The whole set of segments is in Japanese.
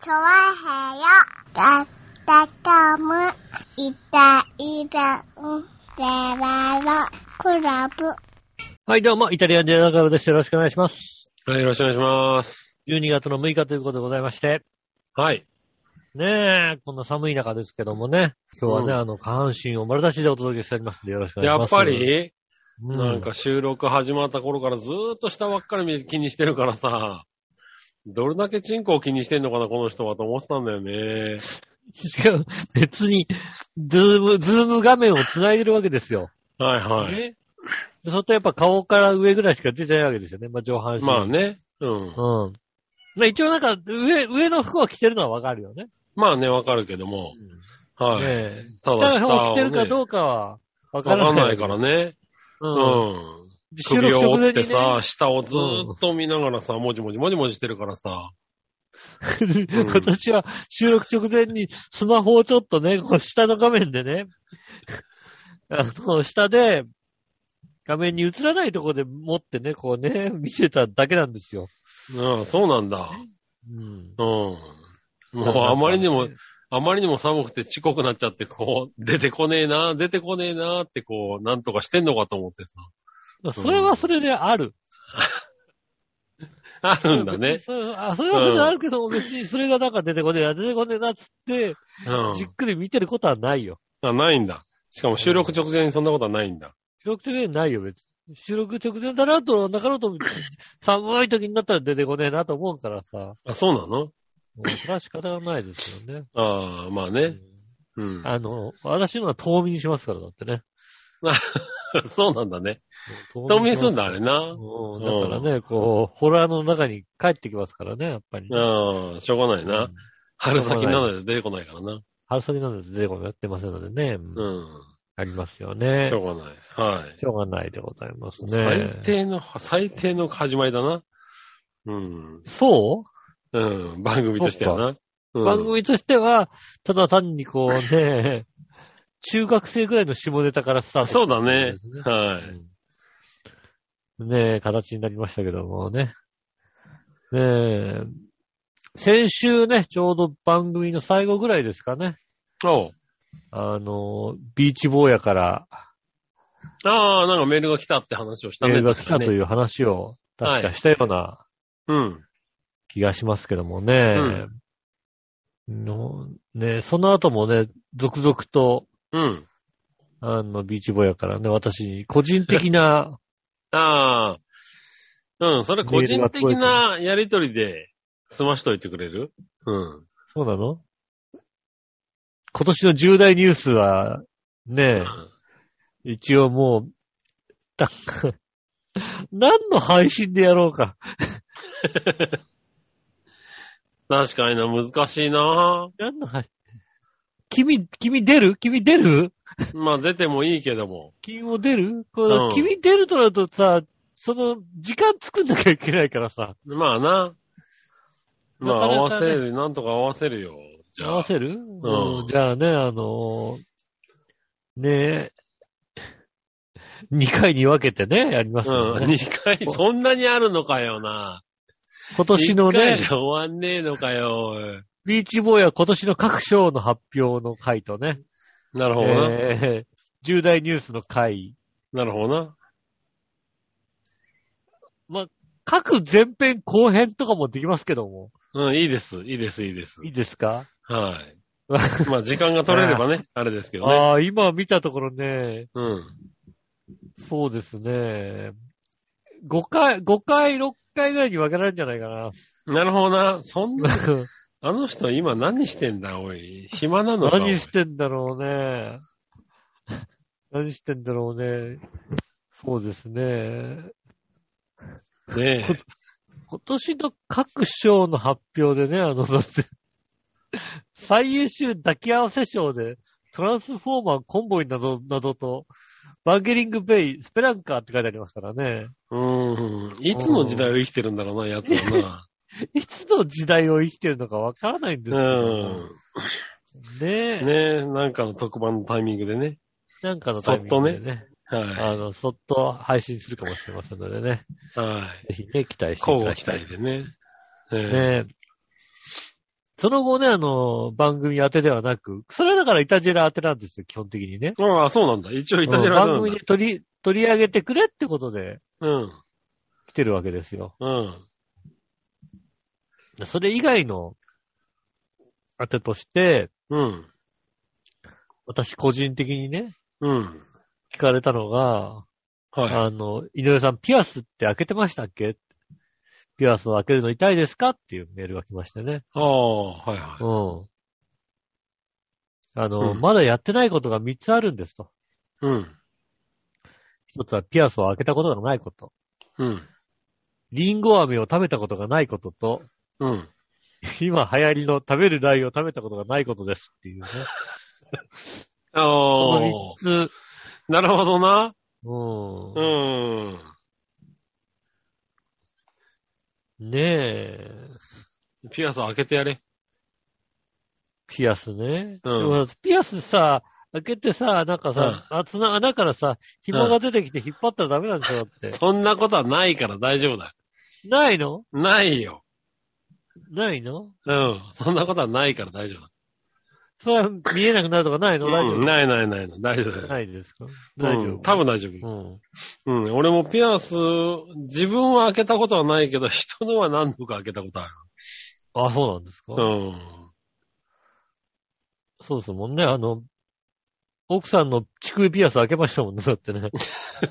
チョワヘヨだったかむいたいたんでららクラブはい、どうも、イタリアンジェラカロです。よろしくお願いします。はい、よろしくお願いします。 12月の6日ということでございまして、はい。ねえ、こんな寒い中ですけどもね、今日はね、うんあの、下半身を丸出しでお届けしておりますんで、よろしくお願いやしまっす。ぱり、うん、なんか収録始まった頃からずーっと下ばっかり気にしてるからさ、どれだけチンコを気にしてんのかな、この人はと思ってたんだよね。違う、別に、ズーム、ズーム画面を繋いでるわけですよ。はいはい。ね。でそれとやっぱ顔から上ぐらいしか出てないわけですよね、まあ上半身。まあね。うん。うん。まあ一応なんか、上、上の服を着てるのはわかるよね。まあね、わかるけども。はい。ねえ。ただ下下の服を着を、てね、るかどうかは、わわからかんなないいからね。う。うんん。収首録を直折前ってにさ、ね、下をずーっと見ながらさ、もじもじもじもじしてるからさ。うん私は収録直前にスマホをちょっと ね、こう下の画面でね、あの、下で、画面に映らないところで持ってね、こうね、見てただけなんですよ。うん、そうなんだ。うん。うん。もうあまりにも、あまりにも寒くて遅刻なっちゃって、こう、出てこねえな、出てこねえなって、こう、なんとかしてんのかと思ってさ。それはそれである。あるんだね。それあそれはそれであるけども、別にそれがなんか出てこねえな、出てこねえなっつって、うんじっくり見てることはないよ。あ。ないんだ。しかも収録直前にそんなことはないんだ。収録直前ないよ、別に。収録直前だなと、なかろうと、寒い時になったら出てこねえなと思うからさ、あ、そうなのもうそれは仕方がないですよね。ああ、まあね。うん。あの、私のは遠見にしますから、だってね。そうなんだね。冬冬眠すんだ、あれな。うん、だからね、こう、ホラーの中に帰ってきますからね、やっぱりね。うん、しょうがないな。春先なので出てこないからな。春先なんですでこやってませんのでね、うんうん。ありますよねしょ。うがない。はい。しょうがないでございますね最。低の、最低の始まりだな。うん。そう、うん。番組としてはな。うん番組としては、ただ単にこうね、 中学生ぐらいの下ネタからスタートそうだねですね。はうい。んねえ、形になりましたけどもね。ねえ、先週ね、ちょうど番組の最後ぐらいですかね。おうあの、ビーチ坊やからああ、なんかメールが来たって話をしたね。メールが来たとう。いう話を確はかいしたようなうん。気がしますけどもね。のねえその後もね、続々と、うん。あの、ビーチ坊やからね、私に個人的な、ああ。うん、それ個人メー的ルがなやりとりで済ましといてくれるうん。そうなの今年の重大ニュースは、ねえ、一応もう、だ何の配信でやろうか。確かにな、難しいな。何の配信君、君出る君出るまあ出てもいいけども。君も出るこの、うん君出るとなるとさ、その、時間作んなきゃいけないからさ、まあな。まあなか合なわかねせる、なんとか合わせるよ。じゃあ。合わせる、んうんじゃあね、あのーねえ、2回に分けてね、やりますからうねん、二回、そんなにあるのかよな。今年の一回じね、ゃ終わんねえのかよ、おいビーチボーイは今年の各賞の発表の回とね、なるほどな。えー重大ニュースの回、なるほどな。各前編後編とかもできますけども。うん、いいです、いいです、いいです。いいですか、はい。まあ、時間が取れればね、あれですけどね。 ああ、今見たところね、うん。そうですね。5回、5回、6回ぐらいに分けられるんじゃないかなるほどな。そんな、な。あの人今何してんだ、おい。暇なのか。おい何してんだろうね。何してんだろうね。そうですね。ねえ今年の各賞の発表でね、あの、だって、最優秀抱き合わせ賞で、トランスフォーマーコンボイなど、などと、バーゲリングベイ、スペランカーって書いてありますからね。うーん。いつの時代を生きてるんだろうな、やつはいつの時代を生きてるのかわからないん ですけどな。もねうえ、ん。ねえ、なんかの特番のタイミングでね。なんかのタイミングでね、はあの、そっと配信するかもしれませんのでね、い。はい。ぜひね、期待していただ交互き期たい。待でね。ええねえ。その後ね、あの、番組当てではなく、それはだからイタジェラ当てなんですよ、基本的にね。ああ、そうなんだ。一応いたじらな番ん組だで。取り、取り上げてくれってことでうん。来てるわけですよ。うん。それ以外の当てとして、うん。私個人的にね、うん。聞かれたのが、はい。あの、井上さん、ピアスって開けてましたっけピアスを開けるの痛いですかっていうメールが来ましてね。ああ、はいはうん。あの、うんまだやってないことが3つあるんですと。い。うん。 1つはピアスを開けたことがないこと。うん。リンゴ飴を食べたことがないことと、うん。 今流行りの食べるライを食べたことがないことですっていうね。あこの3つ。あ、なるほどな。う。うんん。ねえ。ピアス開けてやれ。ピアスね。うんでもピアスさ、開けてさ、なんかさ、厚な穴からさ、紐が出てきて引っ張ったらダメなんでしょだって。そんなことはないから大丈夫だ。ないのないよ。ないのうん。そんなことはないから大丈夫だ。それは見えなくなるとかないの大丈夫、うんないないないの。大丈夫だよ。ないですか大丈う夫ん多分大丈夫。うん。うん、俺もピアス、自分は開けたことはないけど、人のは何度か開けたことある。あ、そうなんですか、うん。そうですもんね。あの、奥さんの乳首ピアス開けましたもんね。だってね。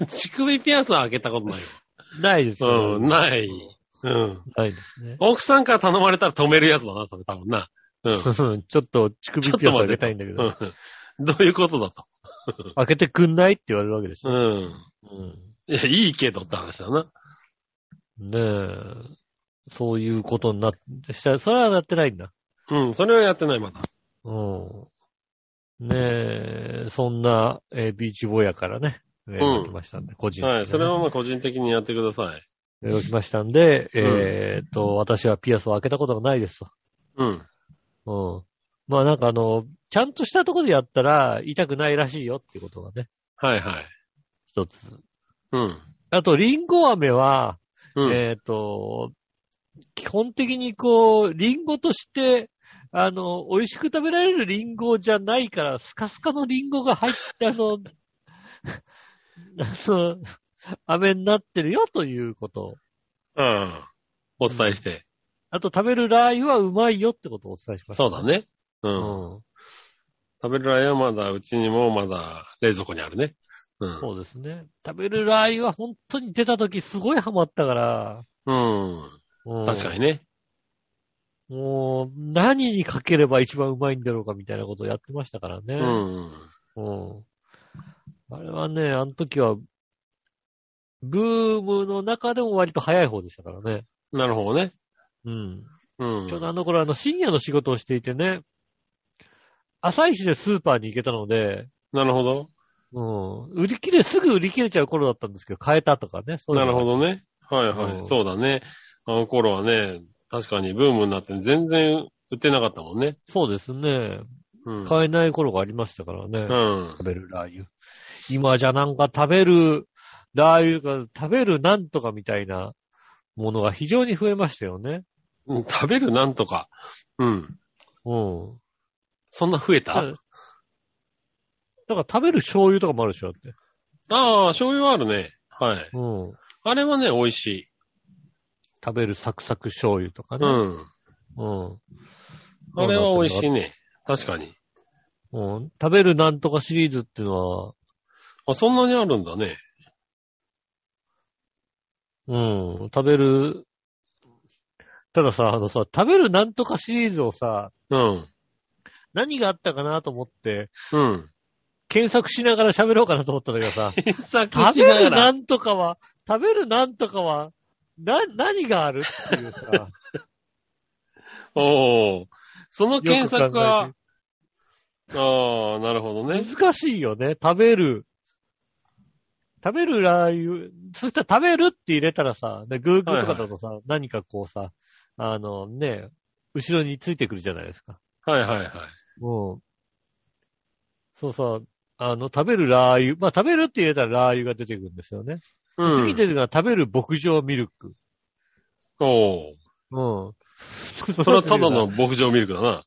乳首ピアスは開けたことないないですよ。ようん、ない。うん。ないですね。奥さんから頼まれたら止めるやつだな、それ多分な。うん。うん ちょっと乳首ピアス開けたいんだけど、うん。どういうことだと。開けてくんないって言われるわけですうよ。ん。ういや、いいけどって話だな。ん。ねえ。そういうことになって、したそれはやってないんだ。うん、それはやってない、まだ。うん。ねえ、そんな、えービーチボーヤからね、えーうん来ましたんで、個人的にね、はい、それはまあ個人的にやってください。動きましたんで、えーっと、私はピアスを開けたことがないですうん。と。うん。まあなんかあの、ちゃんとしたところでやったら痛くないらしいよっていうことがね、はいはい。一つ。うん。あと、リンゴ飴は、うん。えーっと、基本的にこう、リンゴとして、あの、美味しく食べられるリンゴじゃないから、スカスカのリンゴが入って、あの、 あの、飴になってるよということ。うん。お伝えして。あと食べるラー油はうまいよってことをお伝えしました。そうだね。うんうん。食べるラー油はまだ、うちにもまだ冷蔵庫にあるね。うん。そうですね。食べるラー油は本当に出た時すごいハマったから。うん。うん確かにね。もう、何にかければ一番うまいんだろうかみたいなことをやってましたからうね。うん。ん。あれはね、あの時は、ブームの中でも割と早い方でしたからね。なるほどね。うん。うんちょう。どあの頃、あの、深夜の仕事をしていてね、朝一でスーパーに行けたので、なるほど。うん。売り切れ、すぐ売り切れちゃう頃だったんですけど、変えたとかね。そういうなのがるほどね。はいはうんい。そうだね。あの頃はね、確かにブームになって全然売ってなかったもんね。そうですね。うん。買えない頃がありましたからね。うん。食べるラー油。今じゃなんか食べるラー油が、食べるなんとかみたいなものが非常に増えましたよね。うん食べるなんとか。うん。うん。そんな増えだたあだから食べる醤油とかもあるでしょ、だって。あー、醤油はあるね。はい。うん。あれはね、美味しい。食べるサクサク醤油とかうね。ん。うん。あれは美味しい。いね。確かに。うん。食べるなんとかシリーズっていうのは、あ、そんなにあるんだね。うん。食べる、たださ、あのさ、食べるなんとかシリーズをさ、うん。何があったかなと思って、うん。検索しながら喋ろうかなと思ったんだけどさ、 検索食しべながるらな。んとかは、食べるなんとかは、な、何があるっていうさ、おお。その検索はよ、ああ、なるほどね。難しいよね。食べる。食べるラー油。そしたら食べるって入れたらさ、で Google とかだとさ、何かこうさ、あのね、後ろについてくるじゃないですか。はいはいはい。もう、そうさ、あの、食べるラー油。まあ、食べるって入れたらラー油が出てくるんですよね。う 次に出てくるのは食べる牧場ミルク。おうん。それはただの。牧場ミルクだな。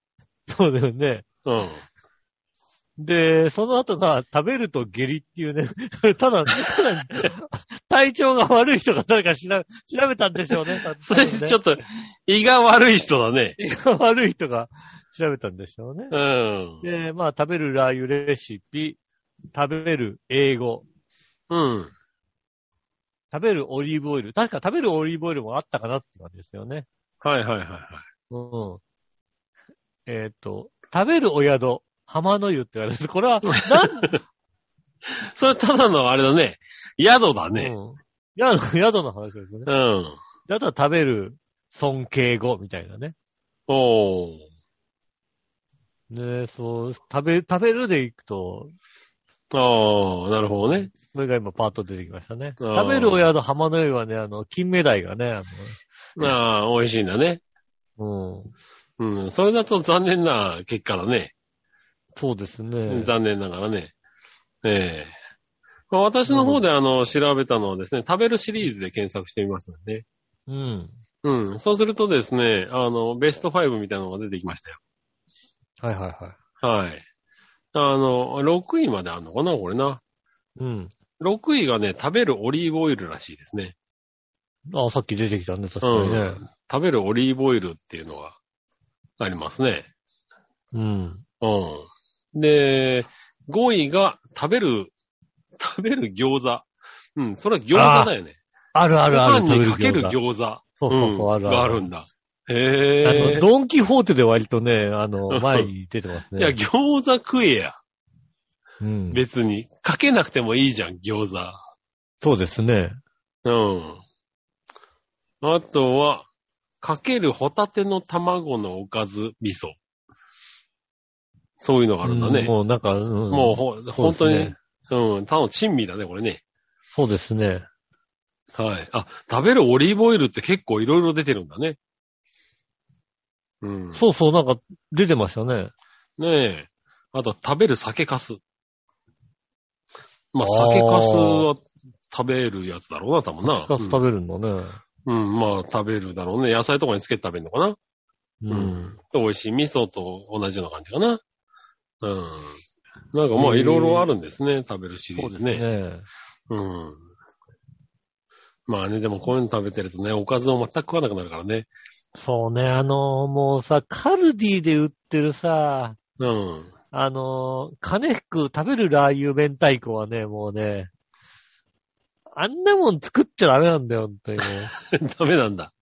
そうだよね。うん。で、その後が、食べると下痢っていうね、 ただ、ただ、体調が悪い人が誰か調べ調べたんでしょうね。それ、ちょっと、胃が悪い人だね。と。 悪い人が調べたんでしょうね。うん。で、まあ、食べるラー油レシピ、食べる英語、うん。食べるオリーブオイル。確か食べるオリーブオイルもあったかなって感じですよね。はいはいはいはい。うん。えっ、と、食べるお宿、浜の湯って言われる。こ れは、なんそれはただのあれだね。宿だで、ね。うん、宿宿の話ですよね。うん。であとは食べる尊敬語みたいなね。おー。ねそう、食べ、食べるでいくと、あー、なるほどね。それが今パーッと出てきましたね。あー食べるお宿、浜の湯はね、あの、金目鯛がね、ああー、美味しいんだね。の、うん。うん。それだと残念な結果だね。そうですね。残念ながらね。ええまあ私の方であの、調べたのはですね、食べるシリーズで検索してみましたね。うん。うん。そうするとですね、あの、ベスト5みたいなのが出てきましたよ。はいはいはい。はい。あの、6位まであるのかなこれな。うん。 6位がね、食べるオリーブオイルらしいですね。あ、さっき出てきたね、確かにね。食べるオリーブオイルっていうのがありますね。うん。うん。で、5位が食べる、 食べる餃子。うん、それは餃子だよね。あるああるある、ご飯にかける食べ餃子。そうそうそう、んあるある。があるんだ。へあの、え。ドンキホーテで割とね、あうの、ん前に出てますいね。や、餃子食えや。うん、別に。かけなくてもいいじゃん、餃子。そうですね。うん。あとは、かけるホタテの卵のおかず味噌。そういうのがあるんだね。うんももうなんか、うんう、ほそうで本す当に、ねうん、ただの珍味だね、これね。そうですね。はい。あ、食べるオリーブオイルって結構いろいろ出てるんだね。うん。そうそう、なんか出てましたね。ねえ。あと、食べる酒かす。まあ、酒かすは食べるやつだろうな、多分な。ガス食べるのね。うん、うんまあ、食べるだろうね。野菜とかにつけて食べるのかな。う。うんん。美味しい。味噌と同じような感じかな。うん。なんかまあいろいろあるんですね。食べるシリそーうですズね。ね。うん。まあね、でもこういうの食べてるとね、おかずを全く食わなくなるからね。そうね、あの、もうさ、カルディで売ってるさ、うん。あの、金服食べるラー油明太子はね、もうね、あんなもん作っちゃダメなんだよ、本当にもう。 ダメなんだ。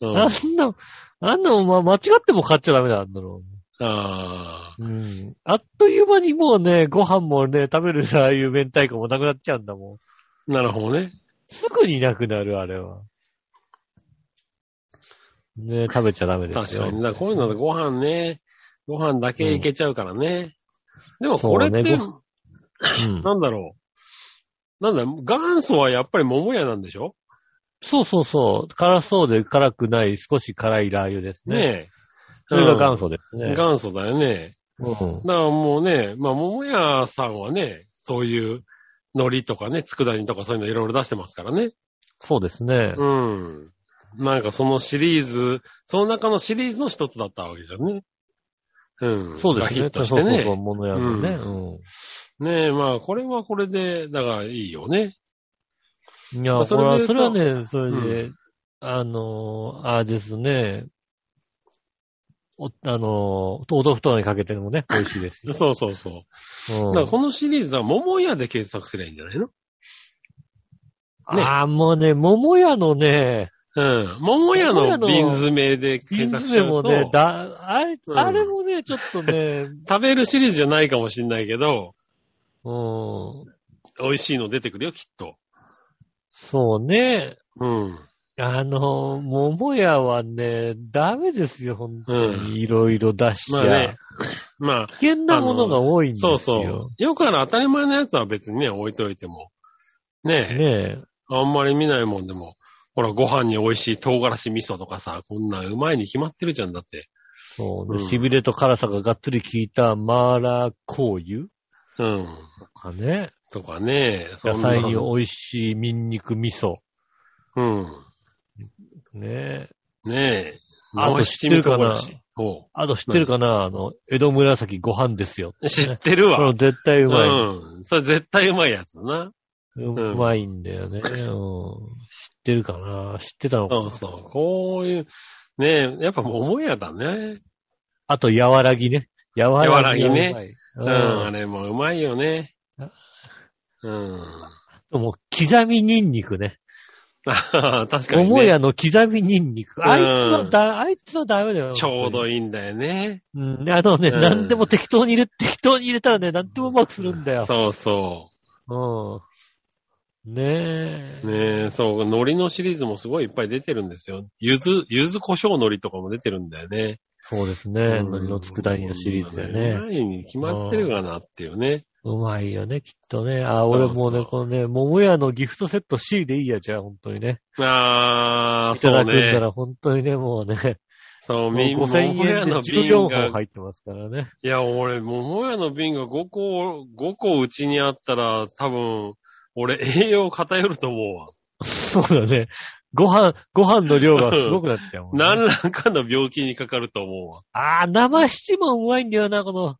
うん。ああんな、あんなもん、まあ、間違っても買っちゃダメなんだろあう。うん。あっという間にもうね、ご飯もね、食べるさ、ああいう明太子もなくなっちゃうんだもん。ー。なるほどね。すぐになくなる、あれは。ね食べちゃダメです確よ。かに。だからこういうのでご飯ね、ご飯だけいけちゃうからね。でもこれって、そうねうんなんだろう。なんだ、元祖はやっぱり桃屋なんでしょそうそうそう。辛そうで辛くない、少し辛いラー油ですね。ねえ。それがうん元祖ですね。元祖だよね。うんだからもうね、まあ、桃屋さんはね、そういう海苔とかね、佃煮とかそういうのいろいろ出してますからね。そうですね。うん。なんかそのシリーズ、その中のシリーズの一つだったわけじゃんね。うん。そうでがすヒッね。そトうしそうてそうね。物屋のね。ねえ、まあ、これはこれで、だからいいよね。うん。いや、まあこれは、そそれれはでね、それで、あのー、あれですね。お、あのー、お豆腐とかにかけてもね、美味しいですよ。そうそうそう。うんだからこのシリーズは桃屋で検索すればいいんじゃないのねああ、もうね、桃屋のね、うん。桃屋桃屋のの瓶詰めで瓶検索す詰るめもと、ね、だ、あれ、うんあれもね、ちょっと ね、食べるシリーズじゃないかもしんないけど、うん、美味しいの出てくるよ、きっと。そうね、うん。あの、桃屋はね、ダメですよ、本当うんに。いろいろ出しちゃ。まあね。まあ、危険なものが多いんですそよ。うそう。よくある当たり前のやつは別にね、置いといても。ねえ、ねえ。あんまり見ないもんでも。ほら、ご飯に美味しい唐辛子味噌とかさ、こんなんうまいに決まってるじゃんだって。そううね。んしびれと辛さががっつり効いたマーラー香油うん。とかね。とかね、そ野んな菜に美味しいニンニク味噌。うん。ねねえ。あと知ってるかなほあと知ってるかな、あの、江戸紫ご飯ですよ。う。知ってる こわ。れ絶対うまい。うん。それ絶対うまいやつだな。うんまいんだよね。うん知ってるかな知ってたのかそうそう。こういう、ねえ、やっぱ桃屋だね。あと、柔らぎね。柔らぎがうまい。柔う。らうんん、あれもうまいよねあ。うん。 でも刻みニンニクね。あー確かに、ね。桃屋の刻みニンニク。んあいつはだ、あいつはダメだよ。ちょうどいい。いいんだよね。うん。あのね、うん何でも適当に入れ、適当に入れたらね、何でもうまくするんだよ。そうそうん。ねう。え。ねえ、そう、海苔のシリーズもすごいいっぱい出てるんですよ。ゆず、ゆず胡椒海苔とかも出てるんだよね。そうですね。海苔の佃煮のシリーズだようね。まいに決まってるかなっていうね。うまいよね、きっとね。あ、俺もうそうね、そうこのね、桃屋のギフトセット C でいいや、じゃあ、本当にね。ああ、いたそうだくんなね。ら、本当にね、もうね、そう、もうみんな5000円桃屋での瓶14が本入ってますからね。いや、俺、桃屋の瓶が5個、5個うちにあったら、多分、俺、栄養偏ると思うわ。そうだね。ご飯、ご飯の量がすごくなっちゃうもん、ね。何らかの病気にかかると思うわ。あー生七もうまいんだよな、この。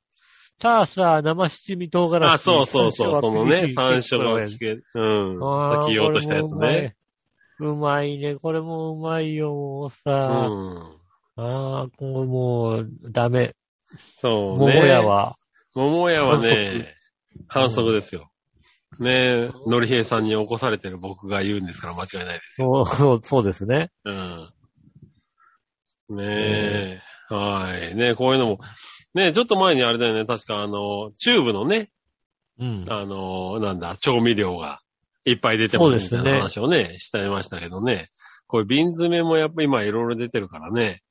さあさあ、生七味唐辛子。あ、そうそうそう、そのね、山椒がが効け、うん。あーさっき言おうとしたやつね。。これもうまいうまいね、これもうまいよ、もううさ。ん。ああ、これもう、ダメ。そう桃ね。屋。は。桃屋はね、反則ですよ。ねえ、のりへいさんに起こされてる僕が言うんですから間違いないですよ。そう、そう、そうですね。うん。ねえ、はい。ねえ、こういうのも。ねえ、ちょっと前にあれだよね、確かあの、チューブのね、うん。あの、なんだ、調味料がいっぱい出てますみたいな話をね、してましたけどね。これ瓶詰めもやっぱ今いろいろ出てるからね。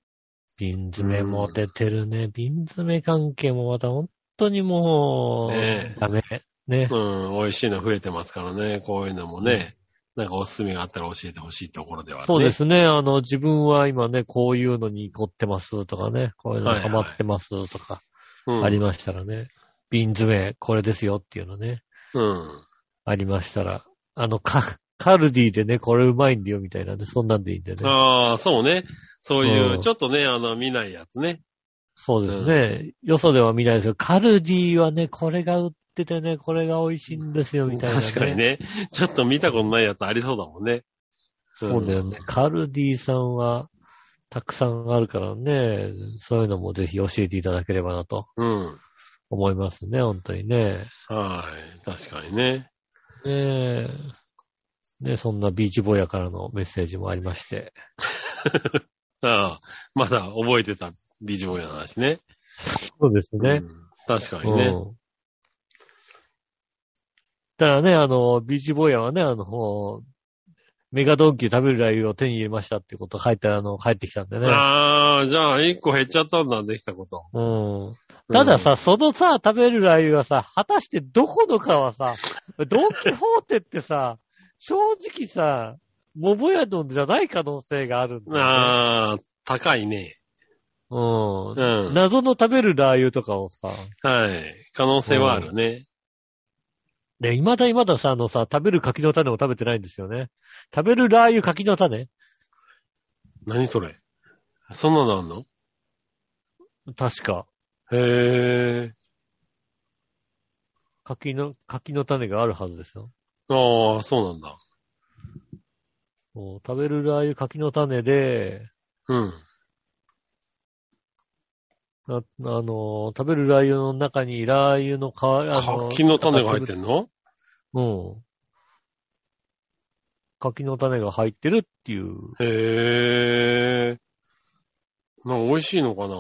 瓶詰めも出てるね。瓶詰め関係もまた本当にもねえう、ダメ。ね。うん、美味しいの増えてますからね。こういうのもね。なんかおすすめがあったら教えてほしいところではね。そうで。すね。あの、自分は今ね、こういうのに凝ってますとかね、こういうのにハマってますとか、うん。ありましたらね、瓶詰め、これですよっていうのね、うん。ありましたら、あの、カ、カルディでね、これうまいんだよみたいなんで、そんなんでいいんでね。ああ、そうね。そういうう、んちょっとね、あの、見ないやつね。そうですね。よそでは見ないですよ。カルディはね、これが売っててね、これが美味しいんですよみたいな、確かに。ね。ちょっと見たことないやつありそうだもんね。そうだよね。カルディさんは、たくさんあるからね、そういうのもぜひ教えていただければなとうん。思いますね、本当にね。はい。確かにね。ねえ。ねそんなビーチボーヤからのメッセージもありまして。ああ、まだ覚えてたビジョンや話ね。そうですう。ん。確かにね。うん。ただね、あの、ビーチボーヤはね、あの、メガドンキで食べるラー油を手に入れましたってこと書いて、あの、帰ってきたんでね。ああ、じゃあ、一個減っちゃったんだ、できたこと。うん。うんたださ、、そのさ、食べるラー油はさ、果たしてどこのかはさ、ドンキホーテってさ、正直さ、桃屋のじゃない可能性があるんだよ、ね。ああ、高いね。うんう。ん。謎の食べるラー油とかをさ、はい。可能性はあるね。ね、未だ未ださ、あのさ、食べる柿の種を食べてないんですよね。食べるラー油柿の種何それそんなのあんの確か。へえ。柿の、柿の種があるはずですよ。ああ、そうなんだ。そう食べるラー油柿の種で、うん。ああの、食べるラー油の中にラー油の皮、あの、柿の種が入ってんのうん。柿の種が入ってるっていう。へえ。なんか美味しいのかな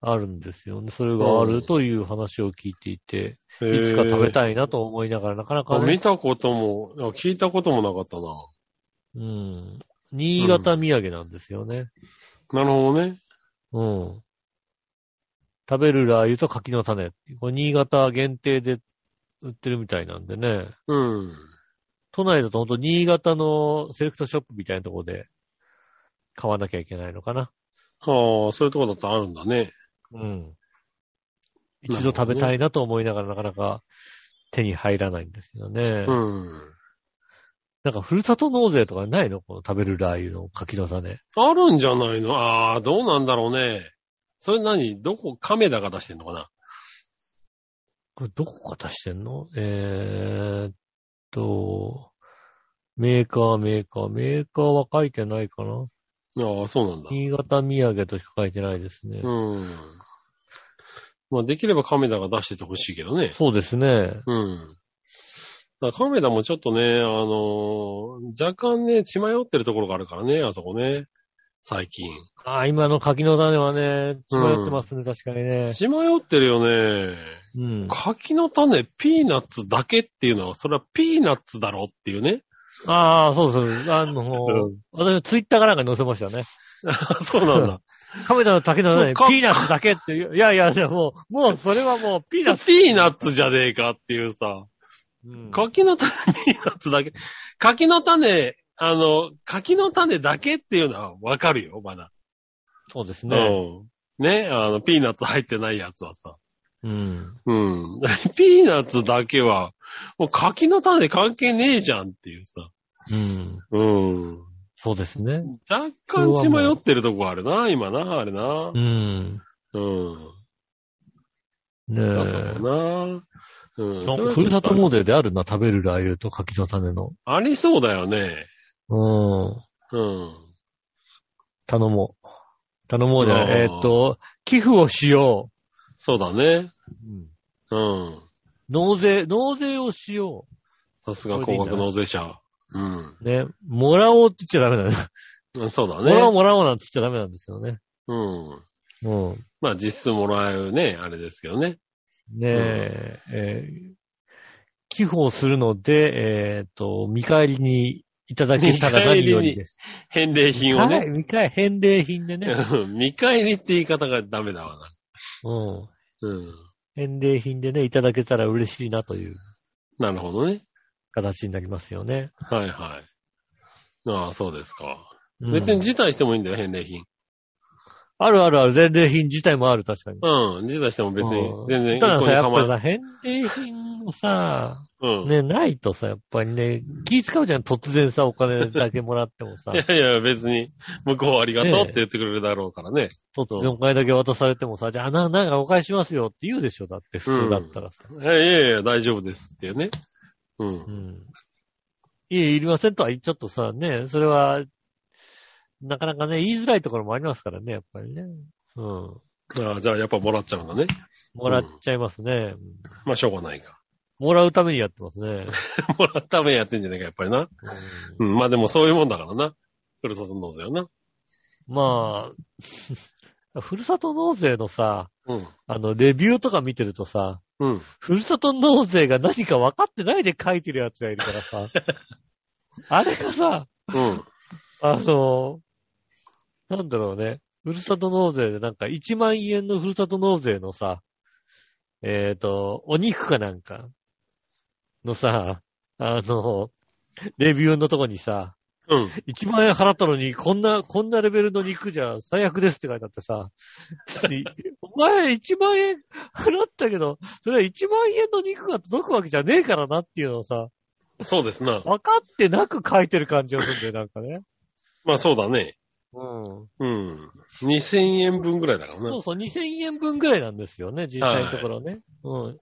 あるんですよね。それがあるという話を聞いていて、へいーつか食べたいなと思いながら、なかなかあ見ね、たことも、あ聞いたこともなかったな。うん。新潟土産なんですよね。なるほどね。うん。食べるラー油と柿の種。これ新潟限定で売ってるみたいなんでね。うん。都内だと本当新潟のセレクトショップみたいなところで買わなきゃいけないのかな。ああ、そういうとこだとあるんだね。うん。一度食べたいなと思いながらなかなか手に入らないんですよね。うん。なんか、ふるさと納税とかないのこの食べるラー油の柿の種。あるんじゃないのああ、どうなんだろうね。それ何どこ、カメラが出してんのかなこれどこが出してんのえーっと、メーカー、メーカー、メーカーは書いてないかなああ、そうなんだ。新潟土産としか書いてないですね。うん。まあ、できればカメラが出しててほしいけどね。そうですね。うん。だからカメラもちょっとね、あのー若干ね、血迷ってるところがあるからね、あそこね。最近。ああ、今の柿の種はね、血迷ってますね、確かにね。血迷ってるよね。うん。柿の種、ピーナッツだけっていうのは、それはピーナッツだろっていうね。ああ、そうそう。あの、私、ツイッターかなんかに載せましたね。 そうなんだ。カメラの竹のそ種、うかピーナッツだけっていう。いやいや、じゃあもう、もうそれはもう、ピーナッツ。ピーナッツじゃねえかっていうさ。うん柿の種、ピーナッツだけ。柿の種、あの、柿の種だけっていうのはわかるよ、まだ。そうですね。うん。ね、あの、ピーナッツ入ってないやつはさ。うん。うん。 ピーナッツだけは、もう柿の種関係ねえじゃんっていうさ。うん。うん。そうですね。若干血迷ってるとこあるな、今な、あれなう。ん。うん。ねあそうえだ。な。うん。なんそかれふるさと納はちょっ税であるな、食べるラー油と柿の種の。とありそうだよね。うん。うん。頼もう。頼もうじゃなあーい。えーっと、寄付をしよそうだね。う。うん。納税、納税をしよさすが高額納税者。うん。う。ね。もらおうって言っちゃダメだね。うんそうだもらおうね。もらおうなんて言っちゃダメなんですよね。うん。うん。まあ実質もらえるね、あれですけどね。ねえ、えー寄付をするので、えっ、と、見返りにいただけたら何よりです。返礼品をはね。い、見返り、返礼品でね。うん見返りって言い方がダメだわな。うん。うん。返礼品でね、いただけたら嬉しいなというなるほどね。形になりますよね。はいはい。ああ、そうですか。うん別に辞退してもいいんだよ、返礼品。あるあるある、返礼品自体もある、確かに。うん。辞退しても別にうん、全然一ただ個さ、にやっぱ構りえない。さ、返礼品をさ、うん。ね、ないとさ、やっぱりね、気使うじゃん、突然さ、お金だけもらってもさい、やいや、別に、向こうありがとうって言ってくれるだろうからね。突然お金だけ渡されてもさ、じゃあ、な、なんかお返ししますよって言うでしょ、だって、普通だったらさ。いやいやいや、大丈夫ですっていうね。うんう。ん。いえ、いりませんとは言っちゃっとさ、ね、それは、なかなかね、言いづらいところもありますからね、やっぱりね。うん。ああ、じゃあやっぱもらっちゃうんだね。もらっちゃいますね。まあ、しょうがないか。 もらうためにやってますね。もらっためやってんじゃねえか、やっぱりな。うんうん。まあでもそういうもんだからな。ふるさと納税はな。まあ、 ふるさと納税のさ、うん。あの、レビューとか見てるとさ、うん。ふるさと納税が何か分かってないで書いてるやつがいるからさ、あれがさ、うん。あの、なんだろうね。ふるさと納税でなんか1万円のふるさと納税のさ、えっ、と、お肉かなんかのさ、あの、レビューのとこにさ、うん。 1万円払ったのに、こんな、こんなレベルの肉じゃ最悪ですって書いてあってさ、 お前1万円払ったけど、それは1万円の肉が届くわけじゃねえからなっていうのをさ、そうですな。分かってなく書いてる感じがするんだよ、なんかね。まあそうだね。うん。うん。2000円分ぐらいだからそなう。そう、2000円分ぐらいなんですよね、実際のところね。うん。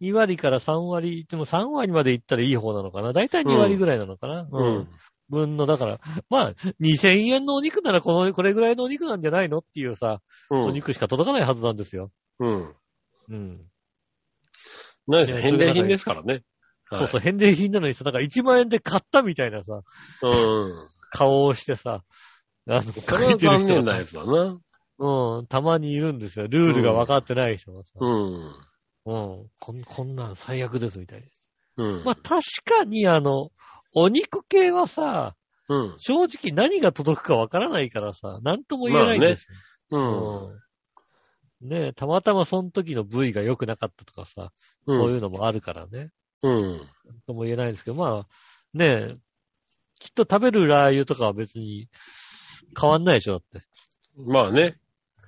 2割から3割、でも3割までいったらいい方なのかな。だいたい2割ぐらいなのかな。ううん。分の、だから、まあ、2000円のお肉ならこの、これぐらいのお肉なんじゃないのっていうさ、うおん。肉しか届かないはずなんですよ。うん。うん。何せね返礼品ですからね。そうそう、返礼品なのにさ、だから1万円で買ったみたいなさ、そう。うん。顔をしてさ、あの、それは残念ながやつだな。うん、たまにいるんですよ。ルールが分かってない人がさ、うん。うん、こん、こんなん最悪ですみたいな。うんまあ、。確かにあの、お肉系はさ、うん。正直何が届くかわからないからさ、なんとも言えないんですよ。うん。うんねえ、たまたまその時の部位が良くなかったとかさ、うそういん。うのもあるからね。うん。なんとも言えないんですけど、まあ、ねえ、きっと食べるラー油とかは別に変わんないでしょ、だって。まあね。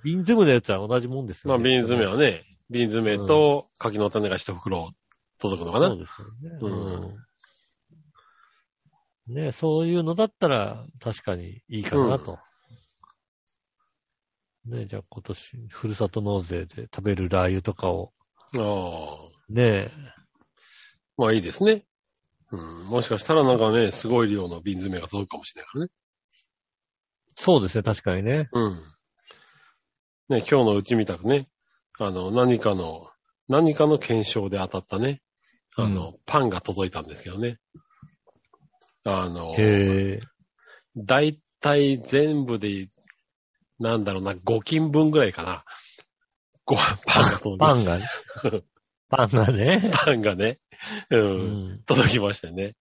瓶詰めのやつは同じもんですまよ、あ瓶詰めははね。瓶詰めと柿の種が一袋届くのかそなう。ですよね。うんうんね、そういうのだったら確かにいいかなと。ね、じゃあ今年、ふるさと納税で食べるラー油とかを、ああ。ね、まあいいですね。うん。もしかしたらなんかね、すごい量の瓶詰めが届くかもしれないからね。そうですね、確かにね。うん。ね、今日のうちみたくね、あの、何かの、何かの検証で当たったね、あの、パンが届いたんですけどね。あの、へえ、だいたい全部で、なんだろうな、5斤分ぐらいかな。ご飯、パンが届きパまン した。がね。パンがね。パンがね、う、うんん。届きましたね。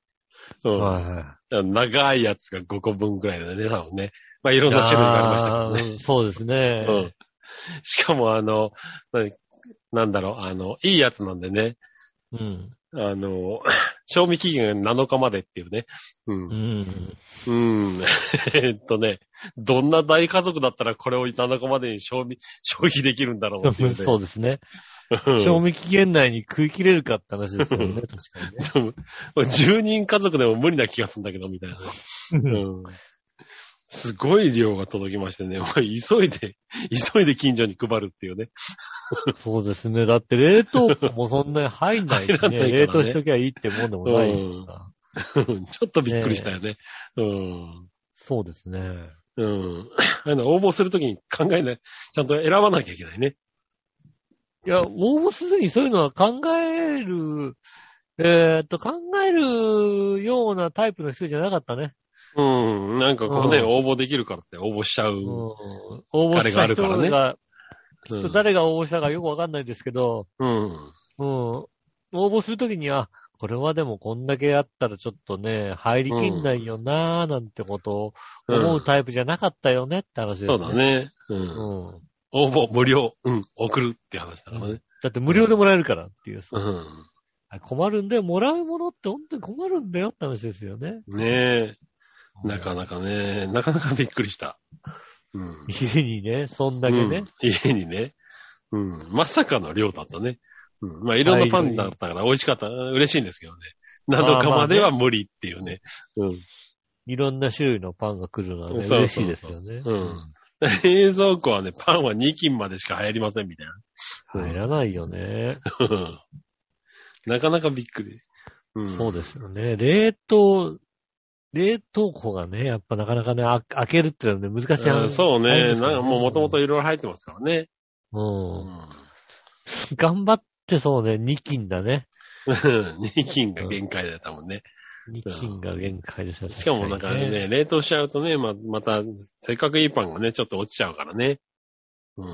うん。はいは長いやつが5個分ぐらいだね、多分ね。まあ、いい。ろんな種類がありましたけどね。あーそうですね。うん。しかも、あの、ななんだろう、あの、いいやつなんでね、うん。あの、 賞味期限が7日までっていうね。うんう。ん。うん。 えっとね、どんな大家族だったらこれを7日までに消費、消費できるんだろうっていう、ね。そうですね。うん賞味期限内に食い切れるかって話ですよ ね、確かにね。 10人家族でも無理な気がするんだけど、みたいなね。うん。すごい量が届きましてね、もう急いで、急いで近所に配るっていうね。そうですね。だって冷凍庫もそんなに入んないし入らね。ないからね冷凍しときゃいいってもんでもないしさ。うんちょっとびっくりしたよね。うん。そうですね。うん。 あの、応募するときに考えない、ちゃんと選ばなきゃいけないね。いや、応募すでにそういうのは考える、えーっと、考えるようなタイプの人じゃなかったね。うん。なんかこうね、うん応募できるからって応募しちゃうう。ん応募した人彼がが、うん。誰が応募したかよくわかんないですけど、うん。うん、応募するときに、あ、これはでもこんだけやったらちょっとね、入りきんないよなーなんてことを思うタイプじゃなかったよねって話ですね。そうだ。ね。うう。んん。応募無料。うん。送るって話だからね。だって無料でもらえるからっていう。うん。困るんで、もらうものって本当に困るんだよって話ですよね。ねえ。なかなかね、なかなかびっくりした。うん。家にね、そんだけね。うん家にね。うん。まさかの量だったね。うん。まあ、いろんなパンだったから美味しかった。嬉しいんですけどね。7日までは無理っていうね。うん。いろんな種類のパンが来るのはね、そうそうそう嬉しいですよね。うん。冷蔵庫はね、パンは2斤までしか入りませんみたいな。入らないよね。うん。なかなかびっくり。うん。そうですよね。冷凍、冷凍庫がね、やっぱなかなかね、あ開けるっていうのはね、難しいうん話。そうね。なんかもうもともとう。いろいろ入ってますからね。うんん。頑張ってそうね、2斤だね。 2斤が限界だよ、多分ね。 2斤が限界ですよしかもなんか確ね、冷凍しちゃうとね、ま、また、せっかくいいパンがね、ちょっと落ちちゃうからね。うん。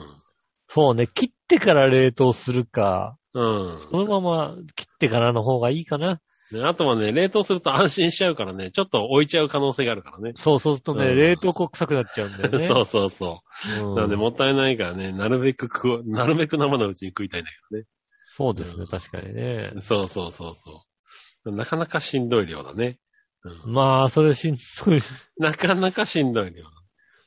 そうね、切ってから冷凍するか、うん。そのまま切ってからの方がいいかな。であとはね、冷凍すると安心しちゃうからね、ちょっと置いちゃう可能性があるからね。そうそうするとね、うん冷凍庫臭くなっちゃうんだよね。 そうそうそう。うんなんでもったいないからね、なるべく食う、なるべく生のうちに食いたいんだけそうですね、確かにねどね。。そうそうそうそう。なかなかしんどい量だね。うん、まあ、それしんどい、しなかなかしんどい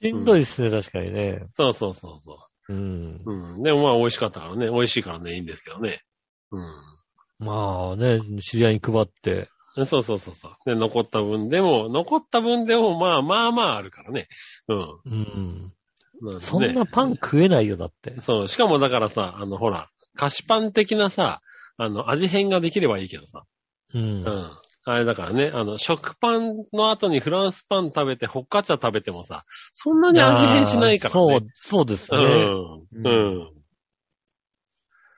量。んどいですね、確かにね。そうそうそうそう。うん。うん。でもまあ美味しかったからね、美味しいからね、いいんですけどね。うまあね、知り合いに配って。ん。そうそうそうそう。で、残った分でも、残った分でもまあまあまああるからね。うん。うん。なんでねそんなパン食えないよ、だって。そう。しかもだからさ、あの、ほら、菓子パン的なさ、あの、味変ができればいいけどさ。う。うんん。あれだからね、あの、食パンの後にフランスパン食べて、ホッカチャ食べてもさ、そんなに味変しないからね。そう、そうですね。うん。うん。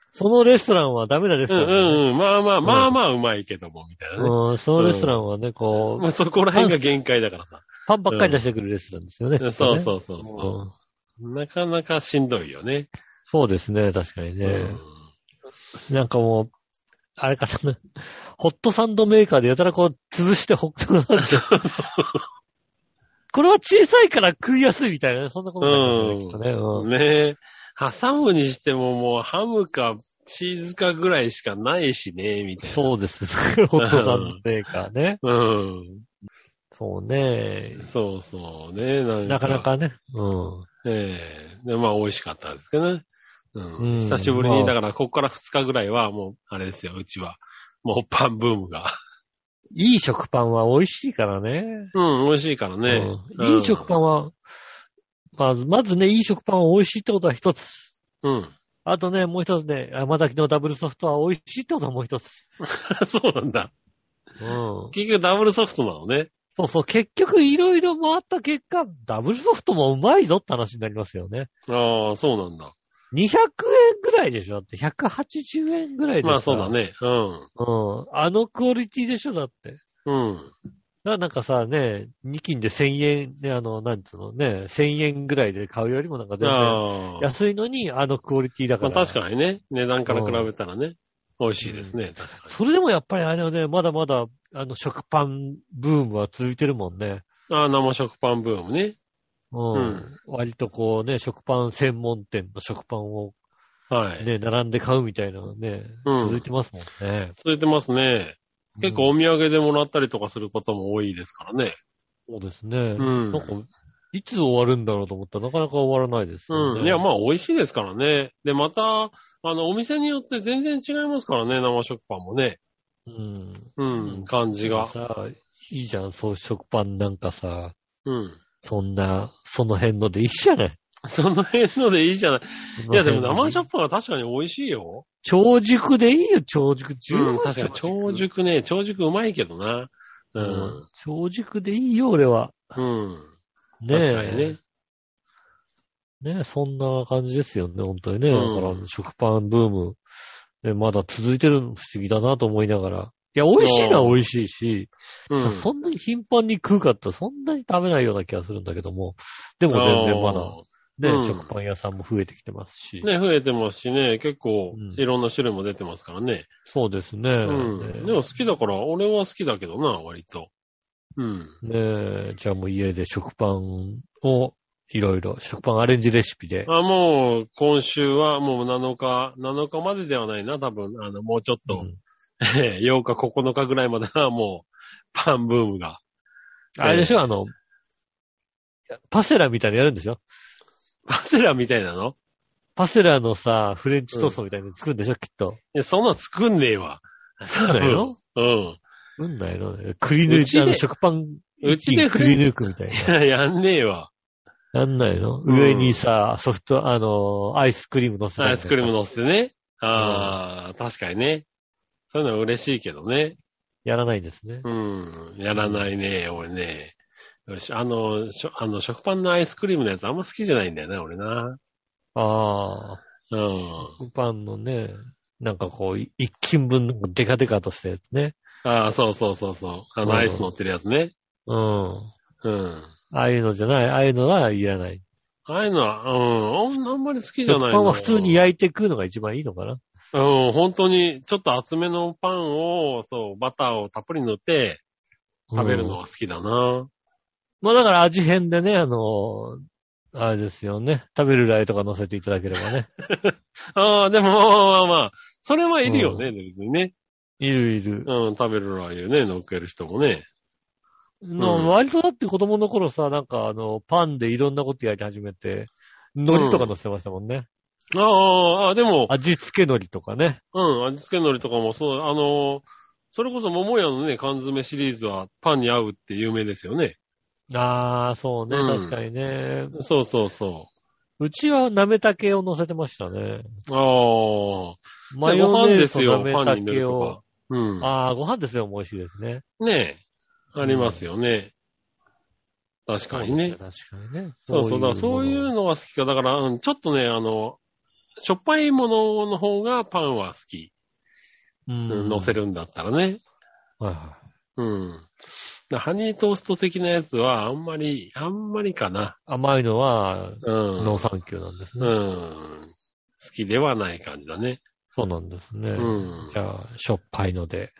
そのレストランはダメなレスうトランんだね、うんうん。まあまあ、まあまあうまいけども、みたいなね。うん、そのレストランはね、こまあ、そこら辺が限界だからさ。う、パンばっかり出してくるレストランですよね。きっそとうねそうそうそうんう。なかなかしんどいよね。そうですね、確かにね。なんかもう、あれかな、 ホットサンドメーカーでやたらこう、潰してホット なっちゃう。これは小さいから食いやすいみたいなね、そんなことないですね、きっうとん。ね。ねえ。挟むにしてももうハムかチーズかぐらいしかないしね、みうたん、いな。そうですね、 ホットサンドメーカーね。うん。そうね。そうそうね。なんなかな。かね。うん。ええで、まあ、美味しかったですけどね。うん。うん久しぶりに、まあだから、ここから2日ぐらいは、もう、あれですよ、うちは。もう、パンブームが。 いい食パンは美味しいからね。うん、美味しいからね。うんいい食パンは、まず、まずね、いい食パンは美味しいってことは一つ。ン。うん。 あとね、もう一つね、山崎のダブルソフトは美味しいってことはもう一つ。そうなんだ。うん。結局ダブルソフトなのね。そうそう、結局いろいろ回った結果、ダブルソフトもうまいぞって話になりますよね。ああ、そうなんだ。 200円ぐらいでしょだって180円ぐらいでしょまあそうだ。ね。うん。うん。あのクオリティでしょだって。うん。だからなんかさ、ね、2斤で1000円、ね、あの、なんつうのね、1000円ぐらいで買うよりもなんか全然ああ。安いのに、あのクオリティだかまあら。確かにね、値段から比べたらね、美味しいですね。確かそれでもやっぱりあれはね、まだまだ、あの、食パンブームは続いてるもんね。に。ああ、生食パンブームね。うん。うん割とこうね、食パン専門店の食パンをはい。ね、並んで買うみたいなのね、うん続いてますもんね。続いてますね。結構うん、お土産でもらったりとかすることも多いですからね。そうですね。んなんか、いつ終わるんだろうと思ったらなかなか終わらないですよね。うん。いや、まあ、美味しいですからね。で、また、あの、お店によって全然違いますからね、生食パンもね。うん。ううんん、感じが。さ、いいじゃん、そう食パンなんかさ、うん。 そんな、その辺のでいいじゃない。その辺のでいいじゃない。いや、でも生食食パンは確かに美味しいよ。長熟でいいよ、長熟。十う分ん、確かに。長。熟ね、長熟うまいけどな。ううんん。。長熟でいいよ、俺は。うん。ねえ。確かにね。ねえ、そんな感じですよね、本当にね。だうんから、食パンブーム、ね、まだ続いてるの不思議だなと思いながら。いや、美味しいのは美味しいし、うん。そんなに頻繁に食うかってそんなに食べないような気がするんだけども、でも全然まだ、ね、うん食パン屋さんも増えてきてますし。ね、増えてますしね、結構うん、いろんな種類も出てますからね。そうですね。うん。でねも好きだから、俺は好きだけどな、割と。うん。ねえじゃあもう家で食パンをいろいろ、食パンアレンジレシピで。あ、もう、今週はもう7日、7日までではないな、多分、あの、もうちょっと、う ん8日、9日ぐらいまでは もう、パンブームが。あれでしょ、あの、パセラみたいなのやるんでしょパセラみたいなのパセラのさ、フレンチトーストみたいなの作るんでしょ、きっと。いやそんなの作んねえわ。うだようん。うんないのね。くり抜ういちて、であの食パン、うちでくり抜くみたいいや、やんねえわ。な。なんないのうん上にさ、ソフト、あの、アイスクリーム乗せたりアとイかスクリーム乗せてね。ああ、確かにね。そういうのは嬉しいけどね。やらないんですね。うん。やらないね、俺ね。よし、あの、しょあの、食パンのアイスクリームのやつあんま好きじゃないんだよね、俺な。ああ。うん。食パンのね、なんかこう、い一斤分、デカデカとしたやつね。ああ、そうそうそうそう。あうの、んアイス乗ってるやつね。うん。うん。ああいうのじゃない、ああいうのはいらない。ああいうのは、うん、あんあんまり好きじゃ食ないパンは普通にや、焼いて食うのが一番いいのかな。うん、本当に、ちょっと厚めのパンを、そう、バターをたっぷり塗って食べるのうんが好きだな。まあだから味変でね、あの、あれですよね。食べるライとか乗せていただければね。ああ、でも、まあまあまあ、それはいるよね、別にね。いるいる。うん、食べるラー油ね、乗っける人もね。の割とだって子供の頃さ、なんかあの、パンでいろんなこと焼いて始めて、海苔とか乗せてましたもんね。ああ、ああでも、味付け海苔とかね。うん、味付け海苔とかも、そう、あの、それこそ桃屋のね、缶詰シリーズはパンに合うって有名ですよね。ああ、そうね、うん確かにね。そうそうそうちは舐めたけを乗せてましたね。う。ああ、マヨネーズとご舐め飯ですよ、パたンに塗けるとをか。。うん。ああ、ご飯ですよ、美味しいですね。ねえ。ありますよね。確かにね確。かにね。そうそう。だからそういうのが好きか。だから、うんちょっとね、あの、しょっぱいものの方がパンは好き。うん、乗せる。るんだったらね。はいはうん。だからハニートースト的なやつは、あんまり、あんまりかな。い甘いのは、うん。ノーサンキューなんですうね。ん。好きではない感じだね。そうなんですね。うんじ。ゃあ、しょっぱいので、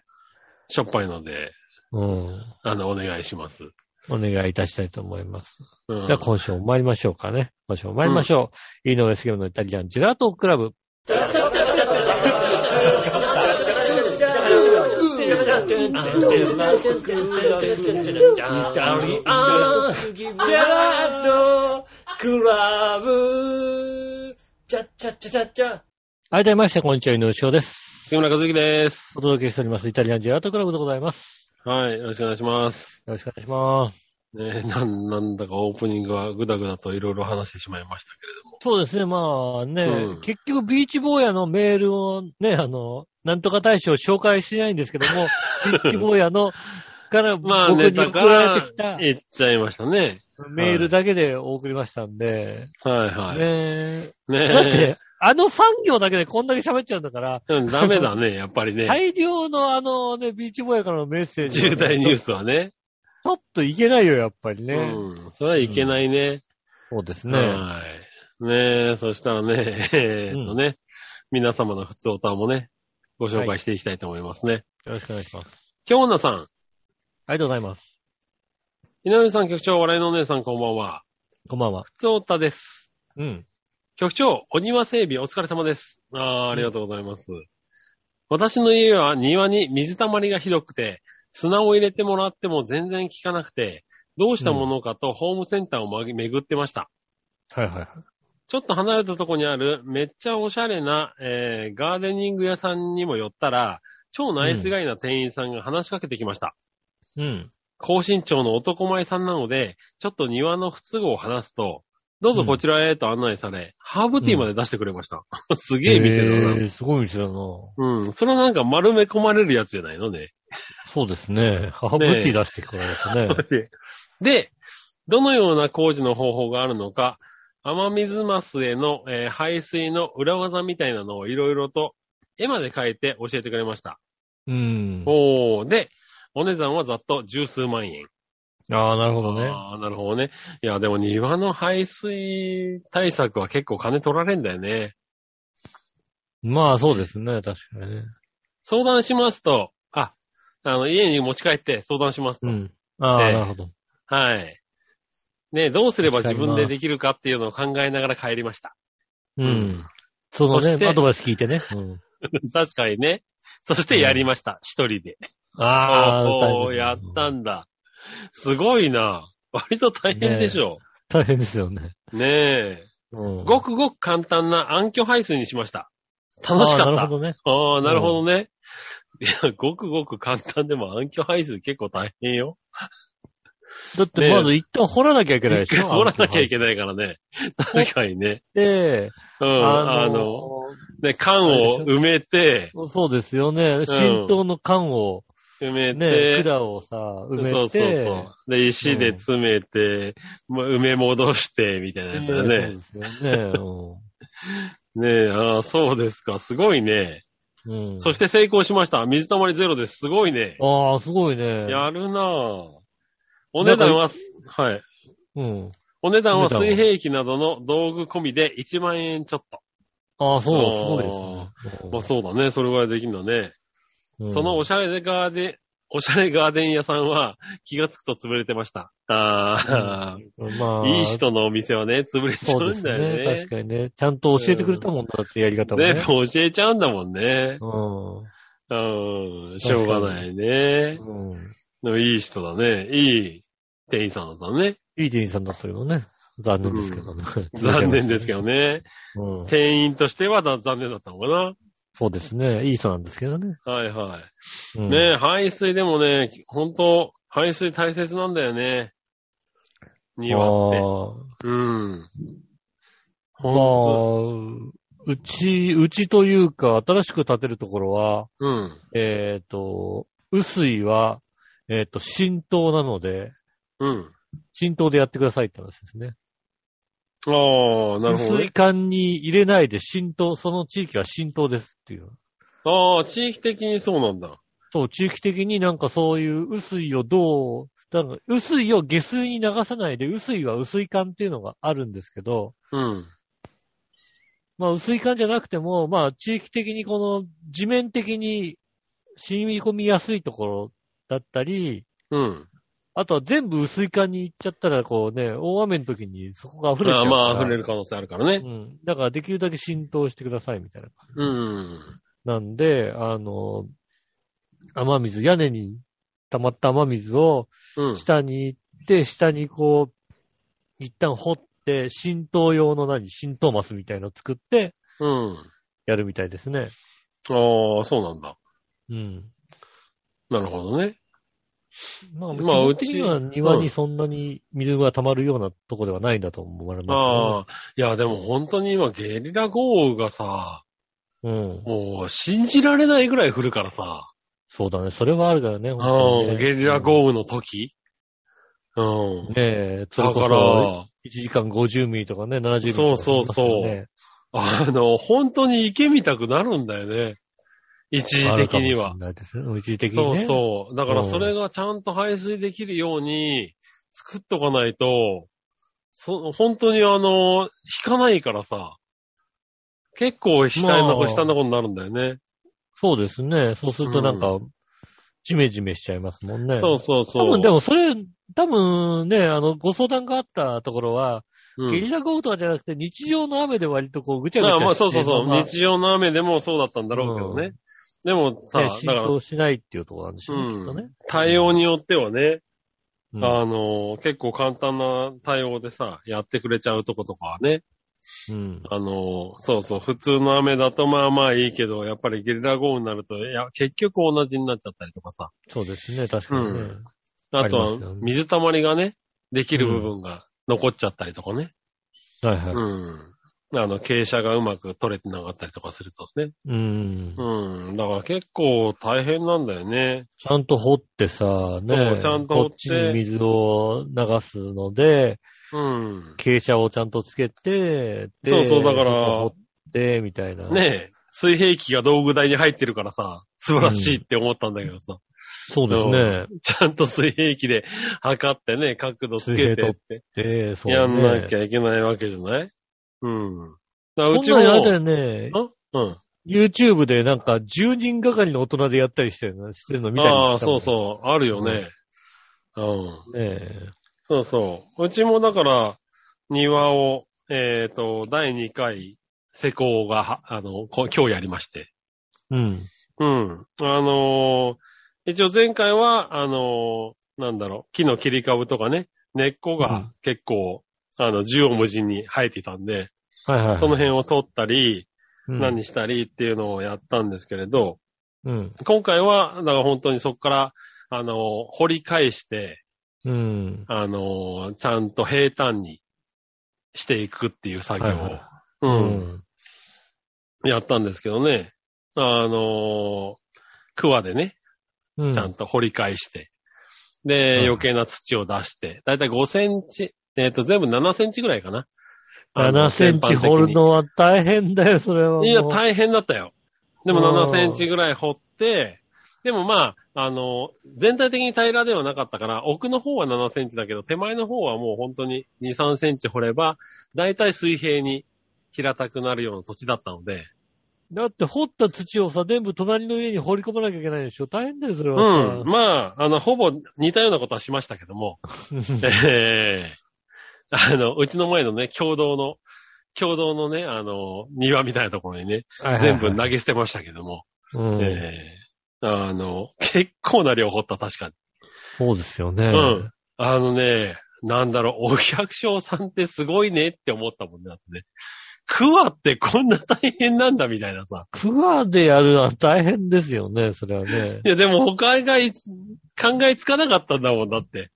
しょっぱいので、うん。あの、お願いします。お願いいたしたいと思います。うん。じゃあ今週も参りましょうかね。今週も参りましょう。井上杉村のイタリアンジェラートクラブ。はい、どうもみまして、こんにちは、井上翔です。杉村和之です。お届けしております、イタリアンジェラートクラブでございます。はい、よろしくお願いします。よろしくお願いします。ね、 なん、なんだかオープニングはぐだぐだといろいろ話してしまいましたけれども。そうですね、まあね、うん結局ビーチ坊やのメールをね、あの、なんとか大賞紹介してないんですけど も、ビーチ坊やの、からまあ、僕ネにタ送かられらてきた言っちゃいましたね。メールだけで送りましたんで、はいはい。ねねえだって、あの産業だけでこんだけ喋っちゃうんだから、でもダメだね、やっぱりね。大量のあのね、ビーチボーイからのメッセージ、重大ニュース。スはね。ちょっといけないよ、やっぱりね。うん。それはいけないね。そうですはい。ねえ、そしたらね、 えーっとね、皆様の普通オタもね、ご紹介していきたいと思いますね。よろしくお願いします。京奈さん、ありがとうございます。井上さん局長、笑いのお姉さんこんばんは。こんばんは。普通オタです。うん。局長、お庭整備お疲れ様です。あーありがとうございます。私の家は庭に水たまりがひどくて、砂を入れてもらっても全然効かなくて、どうしたものかとホームセンターをまぎ巡ってました。はいはいはい。ちょっと離れたとこにあるめっちゃおしゃれな、えーガーデニング屋さんにも寄ったら、超ナイスガイな店員さんが話しかけてきました。うん。高身長の男前さんなので、ちょっと庭の不都合を話すと、どうぞこちらへと案内され、ハーブティーまで出してくれました。 すげえ店だえな。ーすごい店だな。うん。それはなんか丸め込まれるやつじゃない のね。そうですね。ハーブティー出してくれました ね。で、どのような工事の方法があるのか、雨水マスへの、えー排水の裏技みたいなのをいろいろと絵まで描いて教えてくれました。うん。おー、で、お値段はざっと十数万円。ああ、なるほどね。ああ、なるほどね。いや、でも庭の排水対策は結構金取られんだよね。まあそうですね。確かにね。相談しますと、あ、あの、家に持ち帰って相談しますと。うん。ああ、ええなるほど。はい。ね、どうすれば自分でできるかっていうのを考えながら帰りました。うん。そのそしてね、アドバイス聞いてね。うん。 確かにね。そしてやりました。一、人で。ああ、お大ー変やったんだ。すごいな。割と大変でしょ大変ですよね。う。ねえ。うん。ごくごく簡単な暗渠排水にしました。楽しあかあっなた。るほどね。ああ、なるほどね。いや、ごくごく簡単でも暗渠排水結構大変よ。だってまず一旦掘らなきゃいけないでしょ。 掘らなきゃいけないからね。確かにね。で、うん、ああの、の、ね、缶を埋めて、そうですよね。浸透の缶を、埋めね、て、管をさ、埋めて、そうそうそう。で、石で詰めて、ま埋め戻して、みたいなやつだねね。そうですよね。ねえ、ああ、そうですか。すごいね。うん。うんそして成功しました。水溜りゼロです。すごいね。ああ、すごいね。やるなぁ。お値段は、はい。うん。お値段はお値段は水平器などの道具込みで1万円ちょっああ、そう、すごいですと。ね。まあそうだね。それぐらいできるんだね。うんそのおしゃれでガーデン、おしゃれガーデン屋さんは気がつくと潰れてました。ああ、まあ、いい人のお店はね、潰れちゃそううですんだよね。ね。確かにね。ちゃんと教えてくれたもんだってやり方もね。ね、もう教えちゃうんだもんね。ううん、しょうがないね。ん。うん。でもいい人だね。いい店員さんだったね。いい店員さんだったけどね。残念ですけどね。残念ですけどね。ど。うん。店員としてはだ残念だったのかな。そうですね。いい人なんですけどね。はいはうい。んねえ排水でもね、本当排水大切なんだよね。庭って。うん。ああほんうち、うちというか、新しく建てるところは、と。うん。えっ、と、雨水は、えっ、と、浸透なので、うん。浸透でやってくださいって話ですね。ああ、なるほど水ね。管に入れないで浸透、その地域は浸透ですっていう。ああ、地域的にそうなんだ。そう、地域的になんかそういう雨水をどう、なんか雨水を下水に流さないで、雨水は雨水管っていうのがあるんですけど、うん。まあ、薄い感じじゃなくても、まあ、地域的にこの、地面的に染み込みやすいところだったり、うん。あとは全部薄い管に行っちゃったら、こうね、大雨の時にそこが溢れちゃあうあから。まあ、溢れる可能性あるからねう。ん。だからできるだけ浸透してくださいみたいな。うん。なんで、あの、雨水、屋根に溜まった雨水をうん。下に行って、下にこう、一旦掘って、浸透用の何、浸透マスみたいのを作ってうん。やるみたいですね。ああ、そうなんだ。うん。なるほどね。まあ、まあうちには庭にそんなに水が溜まるようなとこではないんだと思われまああ、いや、でも本当に今ゲリラ豪雨がさ、すけど、うん。もう信じられないぐらい降るからさ、そうだね。それはあるからね。本当にうねん、ゲリラ豪雨の時。うん。ねえ、それだこかそ、ら、 1時間50ミリとかね、70ミリとか、そうそうそうねあの、本当に池みたくなるんだよね。一時的には。。あるかもしれないですね一時的にそうね。う。そう。だからうんそれがちゃんと排水できるように作っとかないと、そ本当にあの、引かないからさ、結構下のま中、あ下の子になるんだよね。そうですね。そうするとなんか、ジメジメしちゃいますもんね。そうそうそう。多分でもそれ、多分ね、あの、ご相談があったところは、うん、ゲリラ豪雨とかじゃなくて、日常の雨で割とこう、ぐちゃぐちまゃあまあそうしてそうそう。まあ日常の雨でもそうだったんだろうけどね。でもさ、ねだ浸から透、しないっていうところなんでしょうね、きっとうねん。、対応によってはね、うんあの、結構簡単な対応でさ、やってくれちゃうとことかはね、うん。あの、そうそう、普通の雨だとまあまあいいけど、やっぱりゲリラ豪雨になると、いや、結局同じになっちゃったりとかさ、そうですね、確かにね。うんあとありはますよね水たまりがね、できる部分が残っちゃったりとかね、はいはうい。ん。あの、傾斜がうまく取れてなかったりとかするとですね。うん。うん。だから結構大変なんだよね。ちゃんと掘ってさ、ね、ちゃんと掘こっってちに水を流すので、うん。傾斜をちゃんとつけて、でそうそうだからちょっと掘って、みたいな。。ねえ、水平器が道具台に入ってるからさ、素晴らしいって思ったんだけどさ、そうですね。ちゃんと水平器で測ってね、角度つけてって、で、そうね。やんなきゃいけないわけじゃないうん。だからそんうちもなにあれだよね、あうん。 YouTube でなんか10人がかりの大人でやったりしてるのしてるの見たりああ、そうう。そう、あるよね、うん。ねそうそう。うちもだから、庭を、えっ、と、第2回施工がは、あの、こ今日やりまして。うん。うん。あのー一応前回は、あのーなんだろう、木の切り株とかね、根っこうがん結構、あの、縦横無尽に生えていたんで、はいはいはい。その辺を取ったり、うん、何したりっていうのをやったんですけれど、うん。今回は、だから本当にそこから、あのー掘り返して、うん。あのーちゃんと平坦にしていくっていう作業を、、はいはいううんやったんですけどね、あのークワでね、うん。ちゃんと掘り返して。うで、ん余計な土を出して。だいたい5センチ、えっ、と、全部7センチぐらいかな。あ7のセンチ掘る。のは大変だよ、それはも全う。般的にいや、大変だったよ。でもうん7センチぐらい掘って、でもまあ、あの、全体的に平らではなかったから、奥の方は7センチだけど、手前の方はもう本当に2、3センチ掘れば、だいたい水平に平たくなるような土地だったので、だって掘った土をさ、全部隣の家に掘り込まなきゃいけないでしょ。大変だよ、それうはさ。ん。まあ、あの、ほぼ似たようなことはしましたけども、 ええあの、うちの前のね、共同の、共同のね、あの、庭みたいなところにね、全部投げ捨てましたけども、うん。ええあの、結構な量掘った、確かに。そうですよね。うんあのね、なんだろう、お百姓さんってすごいねって思ったもんね、だってね。クワってこんな大変なんだみたいなさ。クワでやるのは大変ですよね、それはね。いや、でも他がい考えつかなかったんだもんだって。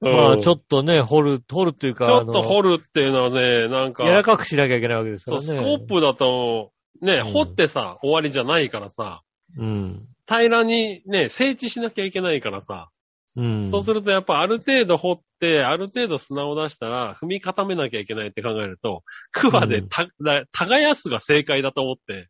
まあ、ちょっっとね、掘る、掘るっていうと、か、ちょっと掘る。るっていうのはね、なんか。柔らかくしなきゃいけないわけですかそう、らね。スコープだと、ね、うん掘ってさ、終わりじゃないからさ、うん。平らにね、整地しなきゃいけないからさ、うん。そうするとやっぱある程度掘って、ある程度砂を出したら、踏み固めなきゃいけないって考えると、クワでた、だ耕すが正解だと思って、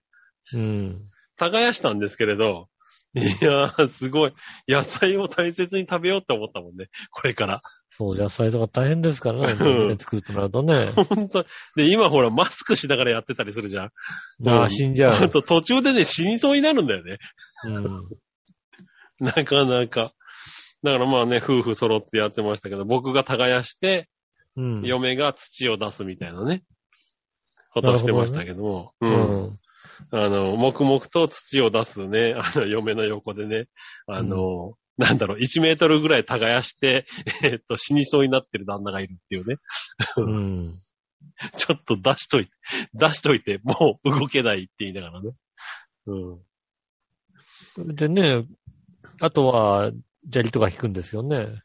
うん。耕したんですけれど、いやー、すごい。野菜を大切に食べようって思ったもんね。これから。そう、野菜とか大変ですからうね。んね作るとなるとね。本当で、今ほら、マスクしながらやってたりするじゃん。ああ、死んじゃほんう。と途中でね、死にそうになるんだよね。 うん。なかなか。だからまあね、夫婦揃ってやってましたけど、僕が耕して、うん。嫁が土を出すみたいなね、ことをしてましたけども、ううん。ん。あの、黙々と土を出すね、 あの、嫁の横でね、あの、なんだろう、1メートルぐらい耕して、 えっと、死にそうになってる旦那がいるっていうね。うん。ちょっと出しといて、出しといて、もう動けないって言いながらね。うん。でね、あとは、砂利とか引くんですよね。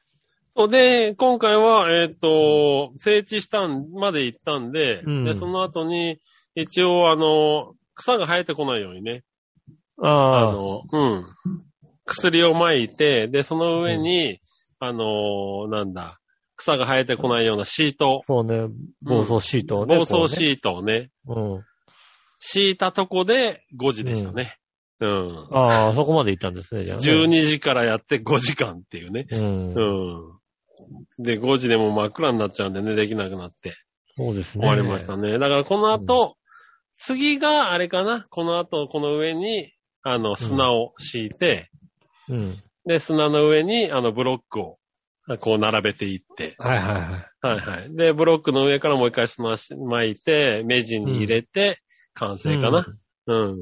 そうで、今回は、えっ、と、整地したん、まで行ったんで、うんで、その後に、一応、あの、草が生えてこないようにね、あああ、の、うん、薬を撒いて、で、その上に、あの、なんだ、草が生えてこないようなシート、そうね、暴走シートをね。防こう草ねシートをね、うん。敷いたとこで5時でしたね。うん。ああ、そこまで行ったんですね、じゃあね。 12時からやって5時間っていうね。うん。うん。で、5時でもう真っ暗になっちゃうんでね、できなくなって。そうですね。終わりましたね。だからこの後、次があれかな。この後、この上に、あの、砂を敷いて、うん。で、砂の上に、あの、ブロックを、こう並べていって、はいはいはい。はいはい。で、ブロックの上からもう一回砂し巻いて、目地に入れて、完成かな。うんうん。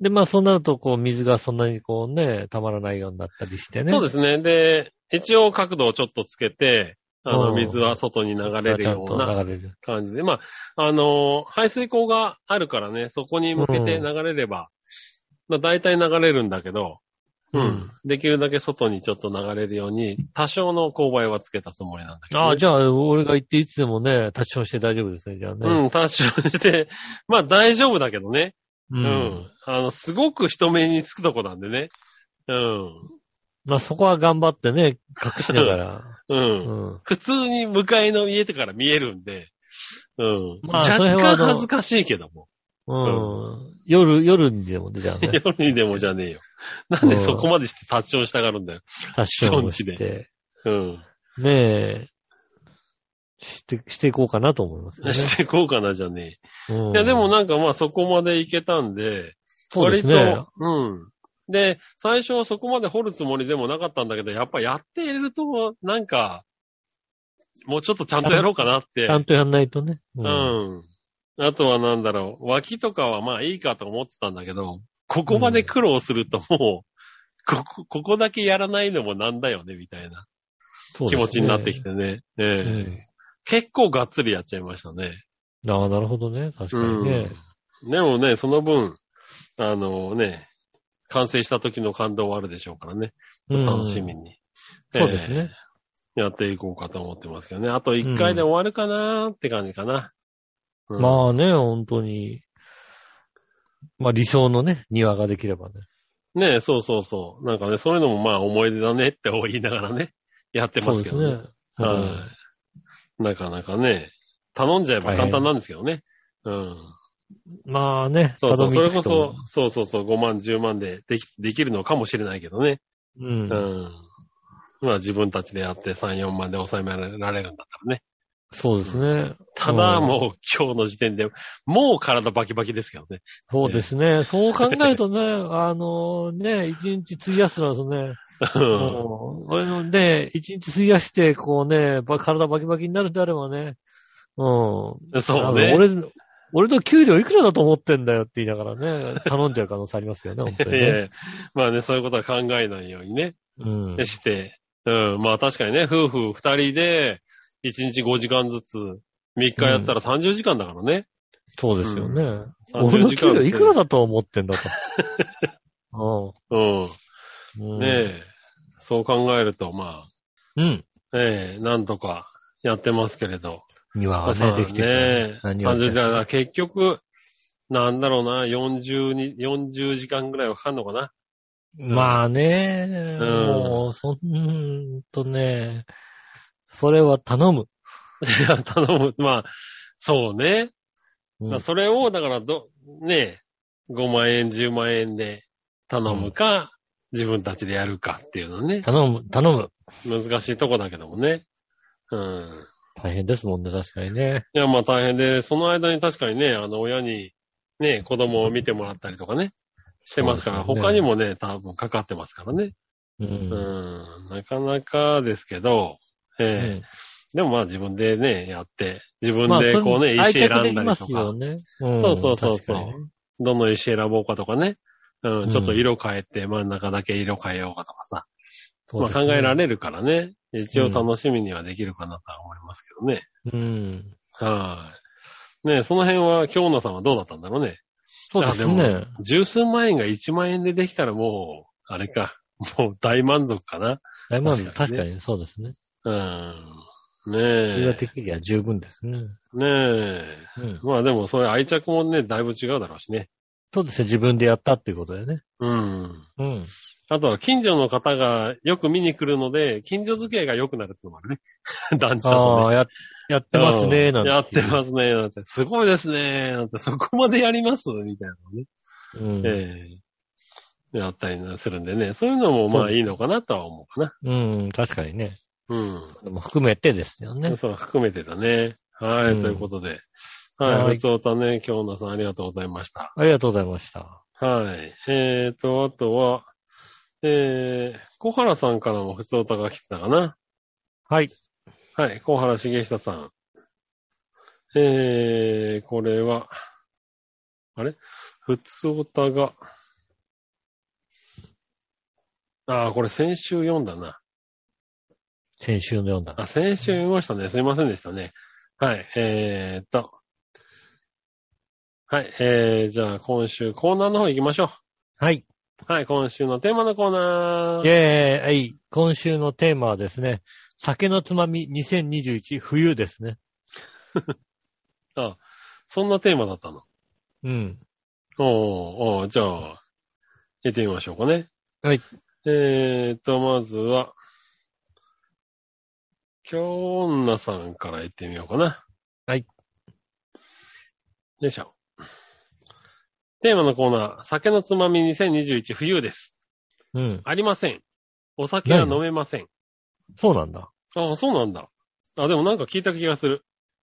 で、まあそうなると、こう、水がそんなにこうね、溜まらないようになったりしてね。そうですね。で、一応角度をちょっとつけて、あうの、ん水は外に流れるちゃんようなと流れる。感じで。まあ、あの、排水口があるからね、そこに向けて流れれば、まあ大体流れるんだけど、うん。うんできるだけ外にちょっと流れるように、多少の勾配はつけたつもりなんだけど、ああ、じゃあ、俺が行っていつでもね、立ちションして大丈夫ですね、じゃあね。うん、多少で、 まあ大丈夫だけどね。ううん。あの、すごく人目につくとこなんでね。うん。まあそこは頑張ってね、隠しながら。 う。うんん。普通に向かいの家とから見えるんで、うん。まあその若辺はあ干の恥ずかしいけども。うん。夜、夜にでもね、じゃ あね、 夜にでもじゃねえよ。なんでそこまでして立ちをしたがるんだよ。立ちションをして、うん。ねえ、して、していこうかなと思いますよね。 していこうかなじゃねうんえ。いやでも、なんかまあそこまで行けたんで、そうですね。割と、うん。で、最初はそこまで掘るつもりでもなかったんだけど、やっぱやっていると、なんか、もうちょっとちゃんとやろうかなってちゃ。んとやんないとね。ううん。あとはなんだろう。脇とかはまあいいかと思ってたんだけど、ここまで苦労するともう、ここ、ここだけやらないのもなんだよね、みたいなそうですね気持ちになってきてね。ええうん結構がっつりやっちゃいましたね。ああ、なるほどね。確かにね。うん。でもね、その分、あのね、完成した時の感動はあるでしょうからね。ちょっと楽しみうんに。そうですね。ええ。やっていこうかと思ってますけどね。あと1回で終わるかなーって感じかな。うんまあね、本当に。まあ理想のね、庭ができればね。ねえ、そうそうそう。なんかね、そういうのもまあ思い出だねって言いながらね、 やってまそうですけすどねね。。うんはい。なかなかね、頼んじゃえば簡単なんですけどね。うん。まあね、そうそう、角見それたこ人もそ、そうそうそう、5万、10万ででき、できるのかもしれないけどね。う。うんん。まあ自分たちでやって3、4万で抑えられるんだったらね。そうですね。ただうんもう今日の時点で、もう体バキバキですけどね。そうですね。そう考えるとね、 あのね、一日費やすのはですね、うんもう俺のね、一日費やして、こうね、ば体バキバキになるんであればね、うん。 そうあのね。俺、俺の給料いくらだと思ってんだよって言いながらね、頼んじゃう可能性ありますよね、本当に ね、ええまあね、そういうことは考えないようにね。うんで。して、うん、まあ確かにね、夫婦二人で、一日5時間ずつ、3日やったら30時間だからね。そうですよね。うん俺の給料いくらだだと思ってんだ と。うん。うん。ねえ。そう考えると、まうん。あ、ええ、なんとかやってますけれど。庭はまあね、できてねる。え。何よ30り時間、だから結局、なんだろうな、40に、40時間ぐらいはかかるのかな。 まあね、もう、そんとね、それは頼む。いや、頼む。まあ、そうね。うんだからそれを、だからど、ねえ、5万円、10万円で頼むか、自分たちでやるかっていうのはね、頼む、頼む。難しいとこだけどもね。うん。大変ですもんね、確かにね。いや、まあ大変で、その間に確かにね、あの、親に、ね、子供を見てもらったりとかね、してますから、そうですよ他ねにもね、多分かかってますからね。う。うんん。なかなかですけど、うええんでもまあ自分でね、やって、自分まあでそれこうね、愛石選着できんだりまとすかよ。ね。そそうそうそうそう。確かにどの石選ぼうかとかね。う、うんんちょっと色変えて真ん中だけ色変えようかとかさ。そうまあです考ねえられるからね。一応楽しみにはできるかなとは思いますけどね。うん。はい。ねえその辺は京野さんはどうだったんだろうね。そうですあね。十数万円が一万円でできたらもう、あれか。もう大満足かな。大満足。確確かかににそうですね。うん。映画ねえ。的には十分ですね。ねえ。うん。まあでも、そういう愛着もね、だいぶ違うだろうしね。そうですね。自分でやったっていうことだよね。うん。うん。あとは、近所の方がよく見に来るので、近所付き合いが良くなるってのもあるね。 団地だとねあ。あ、や、やってますね、なんて。やってますね、なんて。すごいですね、なんて。そこまでやりますみたいなのね。す。うん。ええやったりするんでね。そういうのもまあいいのかなとは思うかな。うん、確かにね。うん。でも含めてですよね。そう、含めてだね。はい、うんということで。は、はいいふつおたね、京奈さんありがとうございました。ありがとうございました。はい。えーと、あとは、えー、小原さんからもふつおたが来てたかな。はい。はい、小原茂久さん。えー、これは、あれふつおたが、ああ、これ先週読んだな。先週の読んだ。あ、先週読みましたね。すいませんでしたね。はい、えーっと。はい、えー、じゃあ今週コーナーの方行きましょはい。う。はい、今週のテーマのコーナイー。ェーイはい。今週のテーマはですね、酒のつまみ2021冬ですね。あ、そんなテーマだったの。うん。おーおーじゃあ、行ってみましょうかね。はい。えーと、まずは、京女さんから行ってみようかな。はい。よいしょ。テーマのコーナー、酒のつまみ2021冬です。うん。ありません。お酒は飲めません。そうなんだ。ああ、そうなんだ。あ、でもなんか聞いた気がする。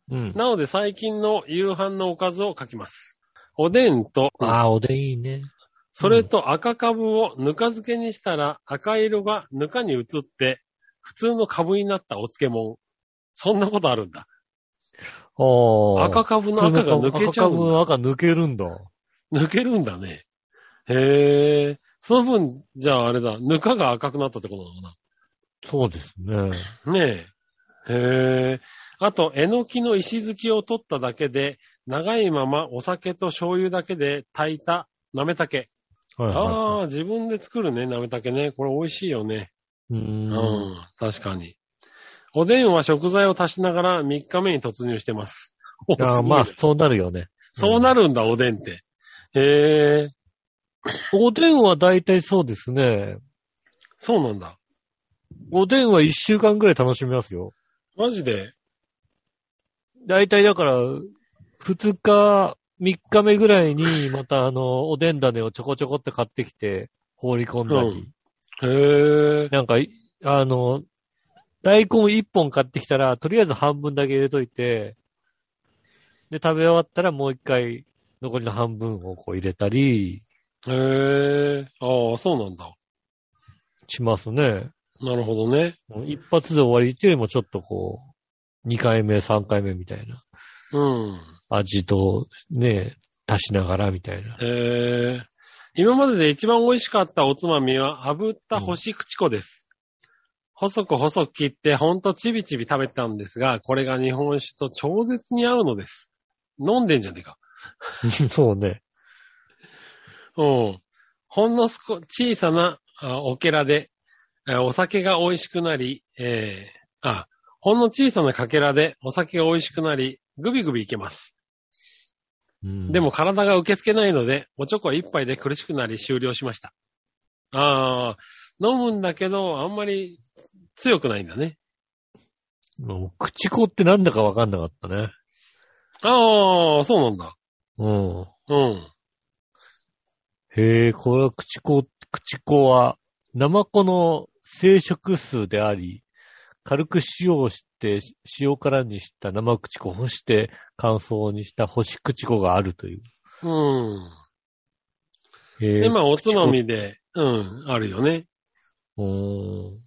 うん。なので最近の夕飯のおかずを書きます。おでんと、ああ、おでんいいね。それと赤カブをぬか漬けにしたら赤色がぬかに移って普通のカブになったお漬物。そんなことあるんだ。おー。赤カブの赤が抜けち赤ゃうんだ。赤抜けるんだ。抜けるんだね。へえ。その分、じゃああれだ、ぬかが赤くなったってことなのそうですね。かな。ねえ。へえ。あと、えのきの石突きを取っただけで、長いままお酒と醤油だけで炊いたなめたけ。はい、あはあ、自分で作るね、なめたけね。これ美味しいよね。い。うーん。うん、確かに。おでんは食材を足しながら3日目に突入してます。いやおすーごいまあ、ねそうなるよね。そうなるんだ、おでんって。へえ、おでんは大体そうですね。そうなんだ。おでんは一週間ぐらい楽しみますよ。マジで。大体だから、二日、三日目ぐらいに、またあの、おでん種をちょこちょこって買ってきて、放り込んだり。うんへえ、なんか、いあの、大根一本買ってきたら、とりあえず半分だけ入れといて、で、食べ終わったらもう一回、残りの半分をこう入れたりへえ、ああ、そうなんだ。しますね。なるほどね。もう一発で終わりっていうよりもちょっとこう、二回目、三回目みたいな。うん。味と、ね、足しながらみたいな。へえ、今までで一番美味しかったおつまみは、炙った干し口子です。細く細く切って、ほんとちびちび食べたんですが、これが日本酒と超絶に合うのです。飲んでんじゃねえか。 そうね。うん。ほんのすこ、小さなあおけらで、えーお酒が美味しくなり、えーあ、ほんの小さなかけらでお酒が美味しくなり、ぐびぐびいけます。うんでも、体が受け付けないので、おちょこ一杯で苦しくなり終了しました。あー、飲むんだけど、あんまり強くないんだね。もう口子ってなんだかわかんなかったね。あー、そうなんだ。うん。うん。へえ、これは口子、口子は、ナマコの生殖数であり、軽く塩をして、塩辛にした生口子、干して乾燥にした干し口子があるという。うん。へで、え。まあ、おつまみで、うん、あるよね。うー ん。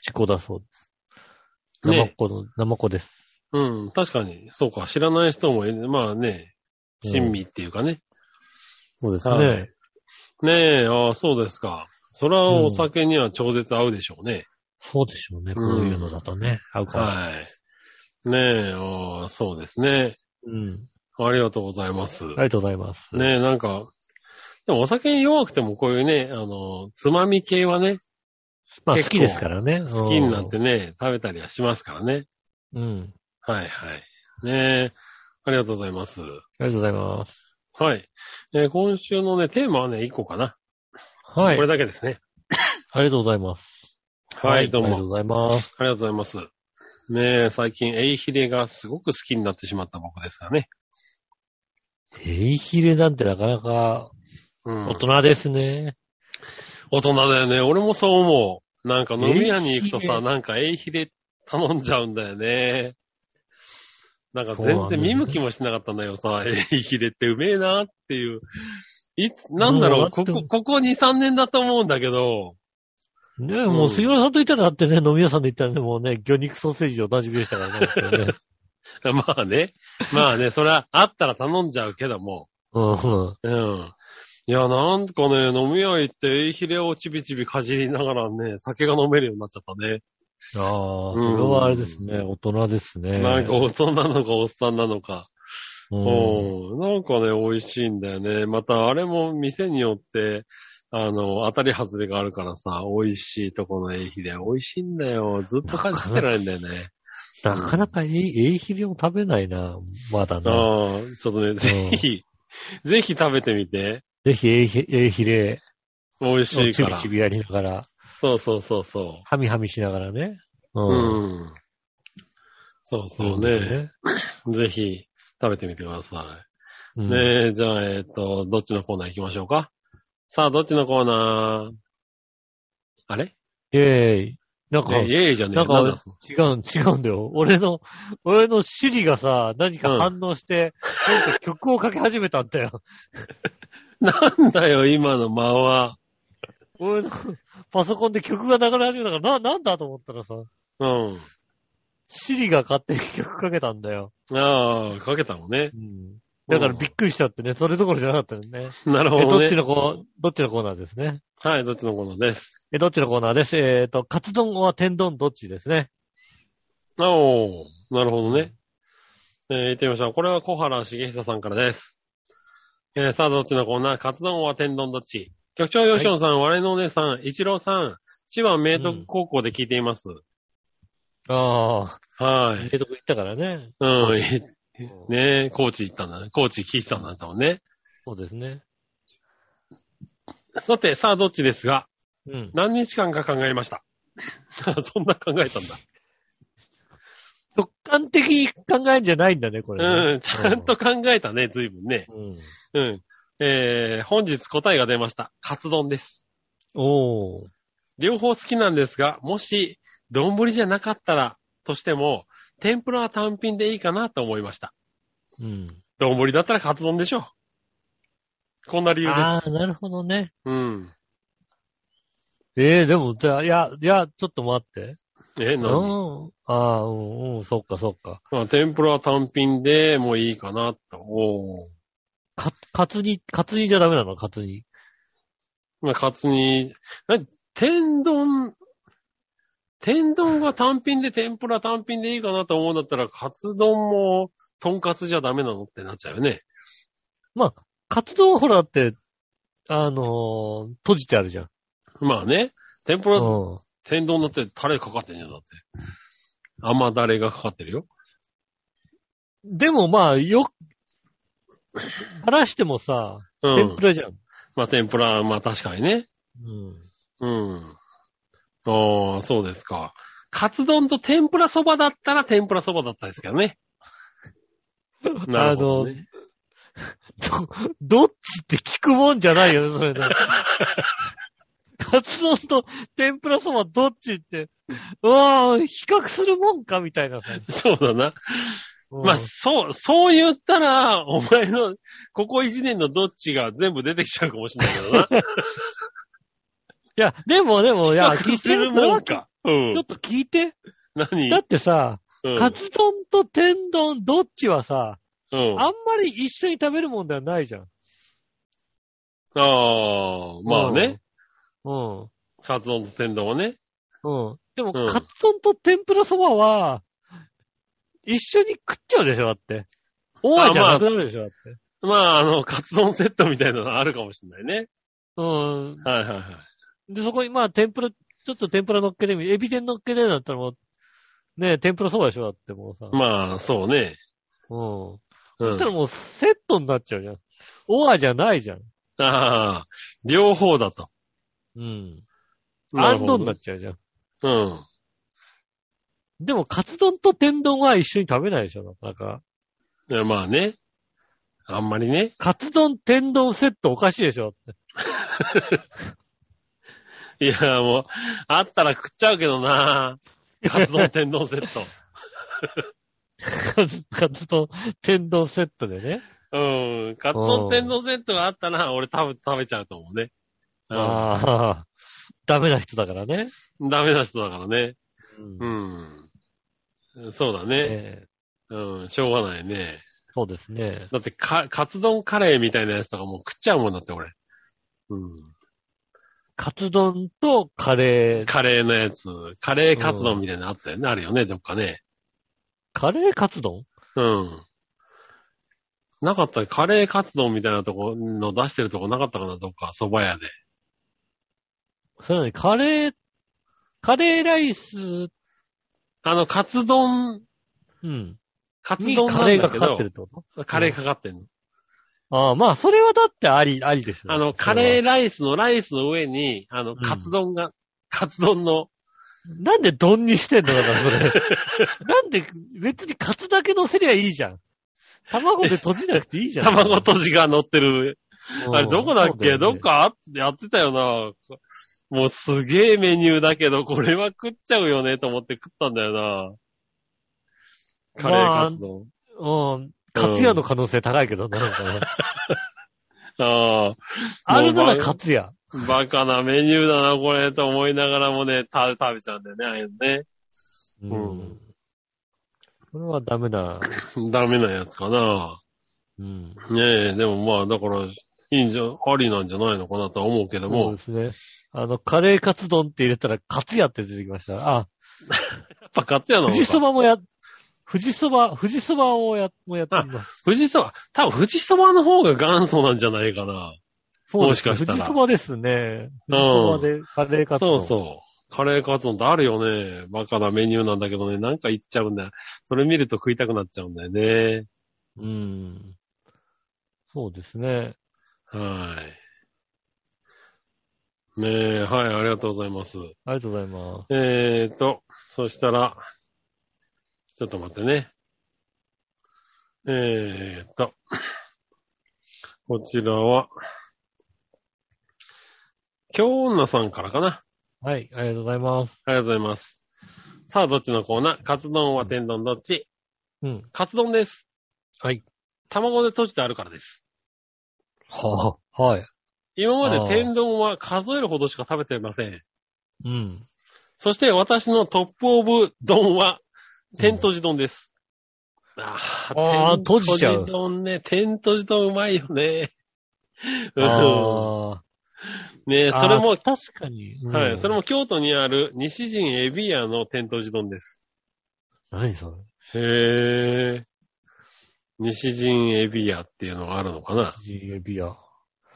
口子だそうです。ねナマコの、ナマコです。うん、確かに。そうか、知らない人もいる、まあね、親身っていうかね。そうですはねい。ねえ、ああ、そうですか。それはお酒には超絶合うでしょうね。そうでしょうね。こういうのだとね。合うかもしれないはい。ねえ、ああ、そうですね。うん。ありがとうございます。ありがとうございます。ねえ、なんか、でもお酒に弱くてもこういうね、あの、つまみ系はね、まあ好結構きですからね。好きになってね、食べたりはしますからね。うん。うん。はいはい。ねえ、ありがとうございます。ありがとうございます。はい。えー今週のね、テーマはね、1個かな。はい。これだけですね。ありがとうございます。はい、どうありがとうも。ございます。ありがとうございます。ねえ、最近、エイヒレがすごく好きになってしまった僕ですがね。えいひれなんてなかなかうん。大人ですね。大人だよね。俺もそう思う。なんか飲み屋に行くとエイヒさ、レなんかエイヒレ頼んじゃうんだよね。なんか全そうなんだよ然ね見向きもしなかったんだけどさ、エイヒレってうめえなっていう。いつ、なんだうろんう、ここ、ここ2、3年だと思うんだけど、ねえ、んもう杉村さんと言ったらだってね、飲み屋さんで言ったらね、もうね、魚肉ソーセージおなじみでしたからね本当にね。まあね、まあね、それはあったら頼んじゃうけども、うん。うん。いや、なんかね、飲み屋行って、エイヒレをちびちびかじりながらね、酒が飲めるようになっちゃったね。ああ、それはあれですね、うん大人ですね。なんか大人なのかおっさんなのか。う、うんん。なんかね、美味しいんだよね。また、あれも店によって、あの、当たり外れがあるからさ、美味しいとこのエイヒレ、美味しいんだよ。ずっとかじってられんだよね。なかなかえい、えいひれを食べないな、まだあな。あ、ちょっとね、ぜひ、ぜひ食べてみて。ぜひえいひ、えいひれ美味しをいちかびらち。びやりながら、そうそうそうそはみはみしながらね。うう。うん。そうそうね。。ぜひ、食べてみてくださうい。ん、ねえ、じゃあ、えっ、と、どっちのコーナー行きましょうか。さあ、どっちのコーナーあれイェーイ。なんか、ねイエーイじゃねえなんかだそ違のうん、違うんだよ。俺の、俺のシリがさ、何か反応して、なんか曲をかけ始めたんだよ。なんだよ、今の間は。俺のパソコンで曲が流れ始めたから、な、なんだと思ったらさ、うん。シリが勝手に曲かけたんだよ。ああ、かけたもんね。うん。だからびっくりしちゃってね、それどころじゃなかったよね。なるえ、ほど、どね。っちのコー、どっちのコーナーですね。はい、どっちのコーナーです。え、どっちのコーナーです。えっ、と、カツ丼は天丼どっちですね。おー、なるほどね。えー行ってみましょう。これは小原茂久さんからです。えーさあ、どっちのコーナーカツ丼は天丼どっち局長吉野さん、我のお姉さん、一郎さん、千葉明徳高校で聞いています。あはあ、えい。えとこ行ったからね。うんい、 ねえ、高知行ったんだね。高知聞いてたんだったもんね。そうですね。さて、さあどっちですが、うん。何日間か考えました。 そんな考えたんだ。直感的に考えんじゃないんだね、これね、うん、ちゃんと考えたね、随分ね。うん。うん。えー、本日答えが出ました。カツ丼です。おー。両方好きなんですが、もし、丼じゃなかったら、としても、天ぷらは単品でいいかなと思いました。うん。丼だったらカツ丼でしょう。こんな理由です。ああ、なるほどね。うん。ええでも、じゃあ、いや、いや、ちょっと待って。え、う何ん。ああ、うん、うん、そっか、そっか。まあ、天ぷらは単品でもういいかなと。おーか、カツ煮、カツ煮じゃダメなのカツ煮。まあ、カツに、な天丼、天丼が単品で天ぷら単品でいいかなと思うんだったら、カツ丼も、とんかつじゃダメなのってなっちゃうよね。カツ丼、ほら、だって、あのー閉じてあるじゃん。まあね、天ぷうら、ん。天丼だってタレかかってんじゃん、だって。甘だれがかかってるよ。でも、まあ、よ、垂らしてもさ、う天んぷ。らじゃん。まあ、天ぷら、まあ確かにね。うん。うん。ああ、そうですか。カツ丼と天ぷらそばだったら天ぷらそばだったですけ どね。なるほど、ね。ど、どっちって聞くもんじゃないよね、そ れね。カツ丼と天ぷらそばどっちって、うわぁ、比較するもんかみたいなさ。そうだな。うんまあ、そう、そう言ったら、お前の、ここ一年のどっちが全部出てきちゃうかもしれないけどな。いや、でもで も、いや、比聞較いすてるるそれもはんちょか。うん。っと聞いて。何だってさ、うんカツ丼と天丼どっちはさ、うん。あんまり一緒に食べるもんではないじゃん。ああ、まあね。うん。カツ丼と天丼はね。うん。でも、うんカツ丼と天ぷらそばは、一緒に食っちゃうでしょ、だって。オアじゃなくなるでしょ、だって。まあ、あの、カツ丼セットみたいなのあるかもしれないね。うん。はいはいはい。で、そこにまあ天ぷら、ちょっと天ぷら乗っけてみ、エビ天乗っけてんだったらもう、ねえ、天ぷらそうでしょだってもうさ。まあ、そうね。うん。うそしたらん。もうセットになっちゃうじゃん。オアじゃないじゃん。ああ、両方だと。うん。なアるンほドどになっちゃうじゃん。うん。でも、カツ丼と天丼は一緒に食べないでしょなんか、いやまあね。あんまりね。カツ丼天丼セットおかしいでしょって。いや、もう、あったら食っちゃうけどな。カツ丼天丼 セット。カツカツ丼天丼セットでね。うん。カツ丼天丼セットがあったら、俺多分食べちゃうと思うね。うああ、ダメな人だからね。ん。ダメな人だからね。うんうん。そうだね。ええうん。しょうがないね。そうですね。だって、か、カツ丼カレーみたいなやつとかもう食っちゃうもんだって、俺。うん。カツ丼とカレー。カレーのやつ。カレーカツ丼みたいなのあったよね。あるよね、どっかね。カレーカツ丼うん。なかったカレーカツ丼みたいなとこの出してるとこなかったかな、どっか、蕎麦屋で。それなのにカレー、カレーライス、あの、カツ丼、うん。カツに丼カなんレーだがけかかどってるっ、てことカレーかかってんの。ああ、まあ、それはだってあり、ありですよ。あの、カレーー。ライスのライスの上に、あの、んカツ丼が、カツ丼の、なんで丼にしてんのだから、それ。 なんで、別にカツだけ乗せりゃいいじゃん。卵で閉じなくていいじゃん。 卵とじが乗ってるうんあれどこだっけ、そうよどねっかあやってたよな。もうすげえメニューだけど、これは食っちゃうよねと思って食ったんだよな。カレまあーカツ丼。うん。カツヤの可能性高いけどな、なんかね。ああれなもうらバカツヤ。あ、バカなメニューだな、これ、と思いながらもね、た食べちゃうんだよね、ああいうのううんん。これはダメだ。ね。ダメなやつかな。うん。ねえ、でもまあ、だから、いいんじゃ、ありなんじゃないのかなとは思うけどそうも、ですね。あの、カレーカツ丼って入れたら、カツヤって出てきました。あ、やっぱカツ屋なの富士そか。ばもや、富士そば、富士そばをや、もやってみます。富士そば、多分富士そばの方が元祖なんじゃないかな。そうですねもしかしたら富士そばですね。富士そばでカレーカツそう丼。う。そう。カレーカツ丼ってあるよね。バカなメニューなんだけどね、なんか言っちゃうんだよ。それ見ると食いたくなっちゃうんだよね。うん。そうですね。はい。ねえ、はい、ありがとうございます。ありがとうございます。えーと、そしたら、ちょっと待ってね。えーと、こちらは、京女さんからかな。はい、ありがとうございます。ありがとうございます。さあ、どっちのコーナーカツ丼は天丼どっちうん。カツ丼です。はい。卵で閉じてあるからです。はあ、はい。今まあーで天丼は数えるほどしか食べていません。うん。そして私のトップオブ丼は、天とじ丼です。ああー天閉じちゃうとじ丼ね、天とじ丼うまいよね。うんあねえあそれもあ、確かに。うんはい、それ。も京都にある西陣エビ屋の天とじ丼です。何それ。へえ。西陣エビ屋っていうのがあるのかな g ビア。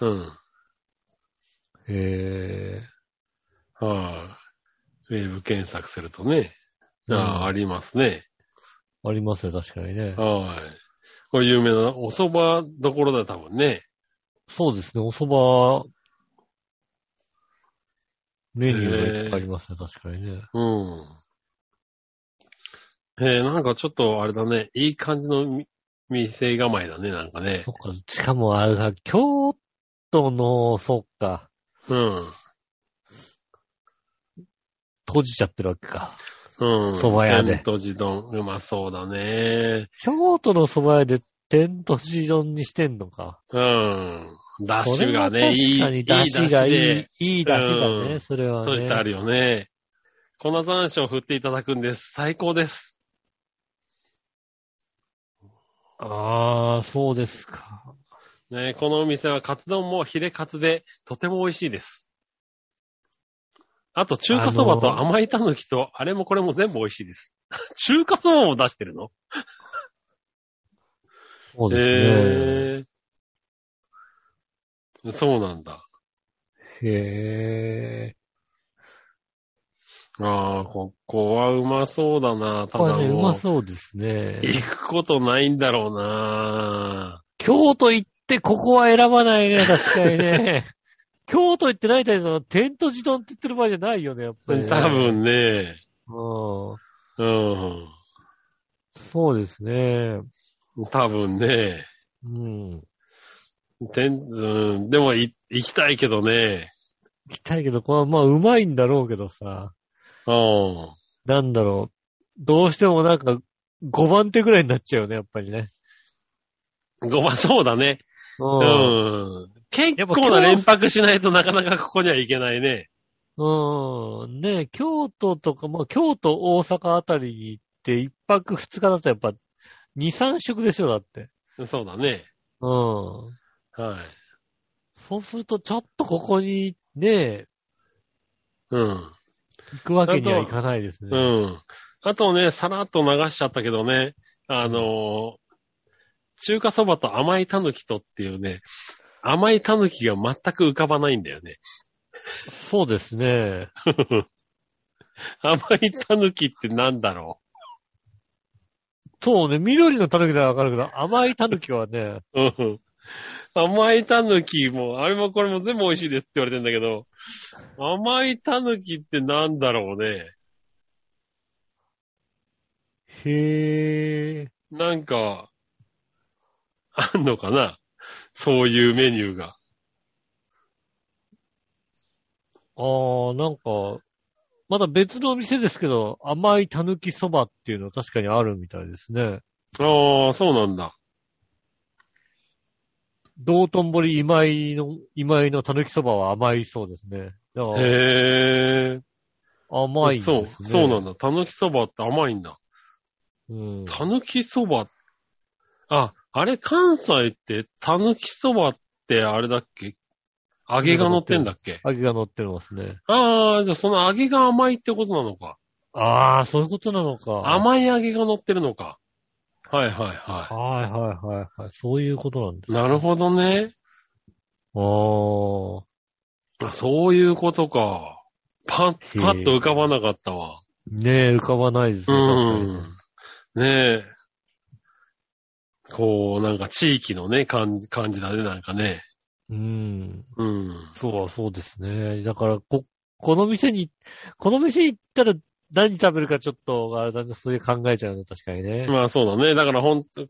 うん。へえ。はい、ウェブ検索するとね、あうんあありますね。ありますね、確かにね。はい。これ有名な、お蕎麦どころだ、多分ね。そうですね、お蕎麦、メニューがいっぱいありますね、確かにね。うん。えー、なんかちょっとあれだね、いい感じのみ店構えだね、なんかねそ。っか、しかもあれだ、京都の、そっか、うん。閉じちゃってるわけか。うん。蕎麦屋で天とじ丼、うまそうだね。京都の蕎麦屋で天と地丼にしてんのか。うん。だそしれはがね、いい、いい確かに出汁がいで、い、いい出汁だうね、んそれは閉じねて。あるよね。粉山椒を振っていただくんです。最高です。ああ、そうですか。ね、このお店はカツ丼もヒレカツでとても美味しいです。あと、中華そばと甘いたぬきと、あれもこれも全部美味しいです。 中華そばも出してるのそうですね。へそうなんだ。へえ。ああ、ここはうまそうだな。たこだれね、うもまう、そうですね。行くことないんだろうな。 京都行ってここは選ばないね、確かに ね。京都行ってないタイプのテント自丼って言ってる場合じゃないよね、やっぱ多り、ね。分ね。うん。うん。そうですね。多分ね。うん。行てんうん、でもい行きたいけどね。きたいけど、これはまあ、うまいんだろうけどさ。うん。なんだろう。どうしてもなんか、5番手ぐらいになっちゃうよね、やっぱりね。 ごまそうだね。う。うんん。結構な連泊しないとなかなかここには行けないね。うん。ねえ京都とか、まあ、京都、大阪あたりに行って、1泊2日だとやっぱ、2、3食でしょ、だって。そうだね。うん。はい。そうすると、ちょっとここにね、うん。行くわけにはいかないですね。うん。あとね、さらっと流しちゃったけどね、あのー中華そばと甘いたぬきとっていうね、甘いたぬきが全く浮かばないんだよね。そうですね。甘いたぬきってなんだろそうね、緑の狸ならわかるけど、甘い狸はね、う。うん甘いたぬきも、あれもこれも全部美味しいですって言われてんだけど、甘いたぬきってなんだろうね。へー。なんか、あんのかなそういうメニューが。あー、なんか、まだ別のお店ですけど、甘い狸そばっていうのは確かにあるみたいですね。ああ、そうなんだ。道頓堀今井の、今井の狸そばは甘いそうですね。だから、へえ。甘いんですそねう、。そうなんだ。たぬきそばって甘いんだ。うん。たぬきそば、あ、あれ関西って、たぬきそばってあれだっけ揚げが乗ってんだっけ揚げが乗ってますね。ああ、じゃあその揚げが甘いってことなのか。あー、そういうことなのか。甘い揚げが乗ってるのか。はいはいははいはいはいはい。そういうことなんですい。なるほどね。ああそういうことか。パッ、パッと浮かばなかったわ。あ。ねえ、浮かばないですうね。ん。ねえ。こう、なんか地域のね、感じ、感じだね、なんか確かね。にうん。うん。そう、そうですね。だから、こ、この店に、この店行ったら何食べるかちょっと、あれだね、そういう考えちゃうね、確かにね。まあそうだね。だからほんと、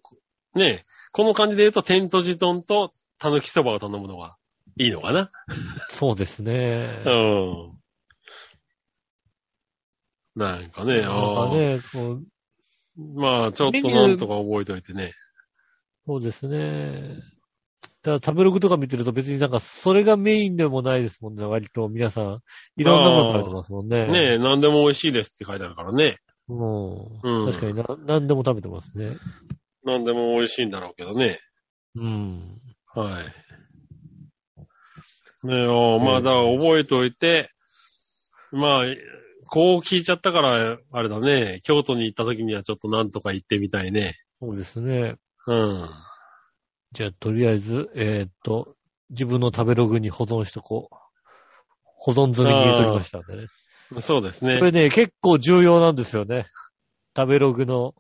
ねえ、この感じで言うと、テントジトンとタヌキそばを頼むのがいいのかな。そうですね。うん。なんかなね、んかああ、ね、こう、まあちょっとなんとか覚えておいてね。そうですね。だから食べログとか見てると別になんか、それがメインでもないですもんね、割と皆さん。いろんなもの食べてますもんね。ねえ、何でも美味しいですって書いてあるからね。もううん確かにな、何でも食べてますね。何でも美味しいんだろうけどね。うん。はい。ねえ、ああまあだから覚えておいて、まあ、こう聞いちゃったから、あれだね、京都に行った時にはちょっとなんとか行ってみたいね。そうですね。うん。じゃあ、とりあえず、えーっと、自分の食べログに保存しとこう。保存済みに入れときましたんでね。そうですこね。れね、結構重要なんですよね。食べログの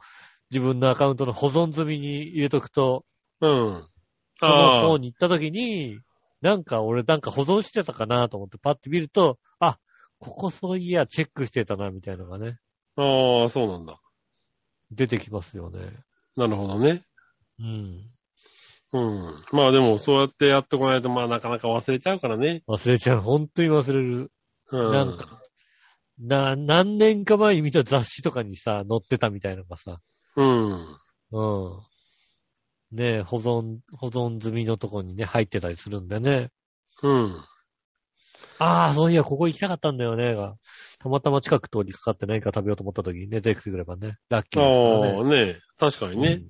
自分のアカウントの保存済みに入れとくと、うん。そのあ方あ、に行った時に、なんか俺なんか保存してたかなと思ってパッて見ると、あ、ここそういやチェックしてたなみたいなのがね、ああ、そうなんだ。出てきますよね。なるほどね。うん。うん。まあでも、そうやってやってこないと、まあなかなか忘れちゃうからね。忘れちゃう。本当に忘れる。うん。なんかな、何年か前に見た雑誌とかにさ、載ってたみたいなのがさ、うん。うん。ねえ保存、保存済みのとこにね、入ってたりするんでね。うん。ああ、そういや、ここ行きたかったんだよね、が。たまたま近く通りかかって何か食べようと思った時にね、出てきてくればね、ラッキーですからああ、ね確かにね。ね。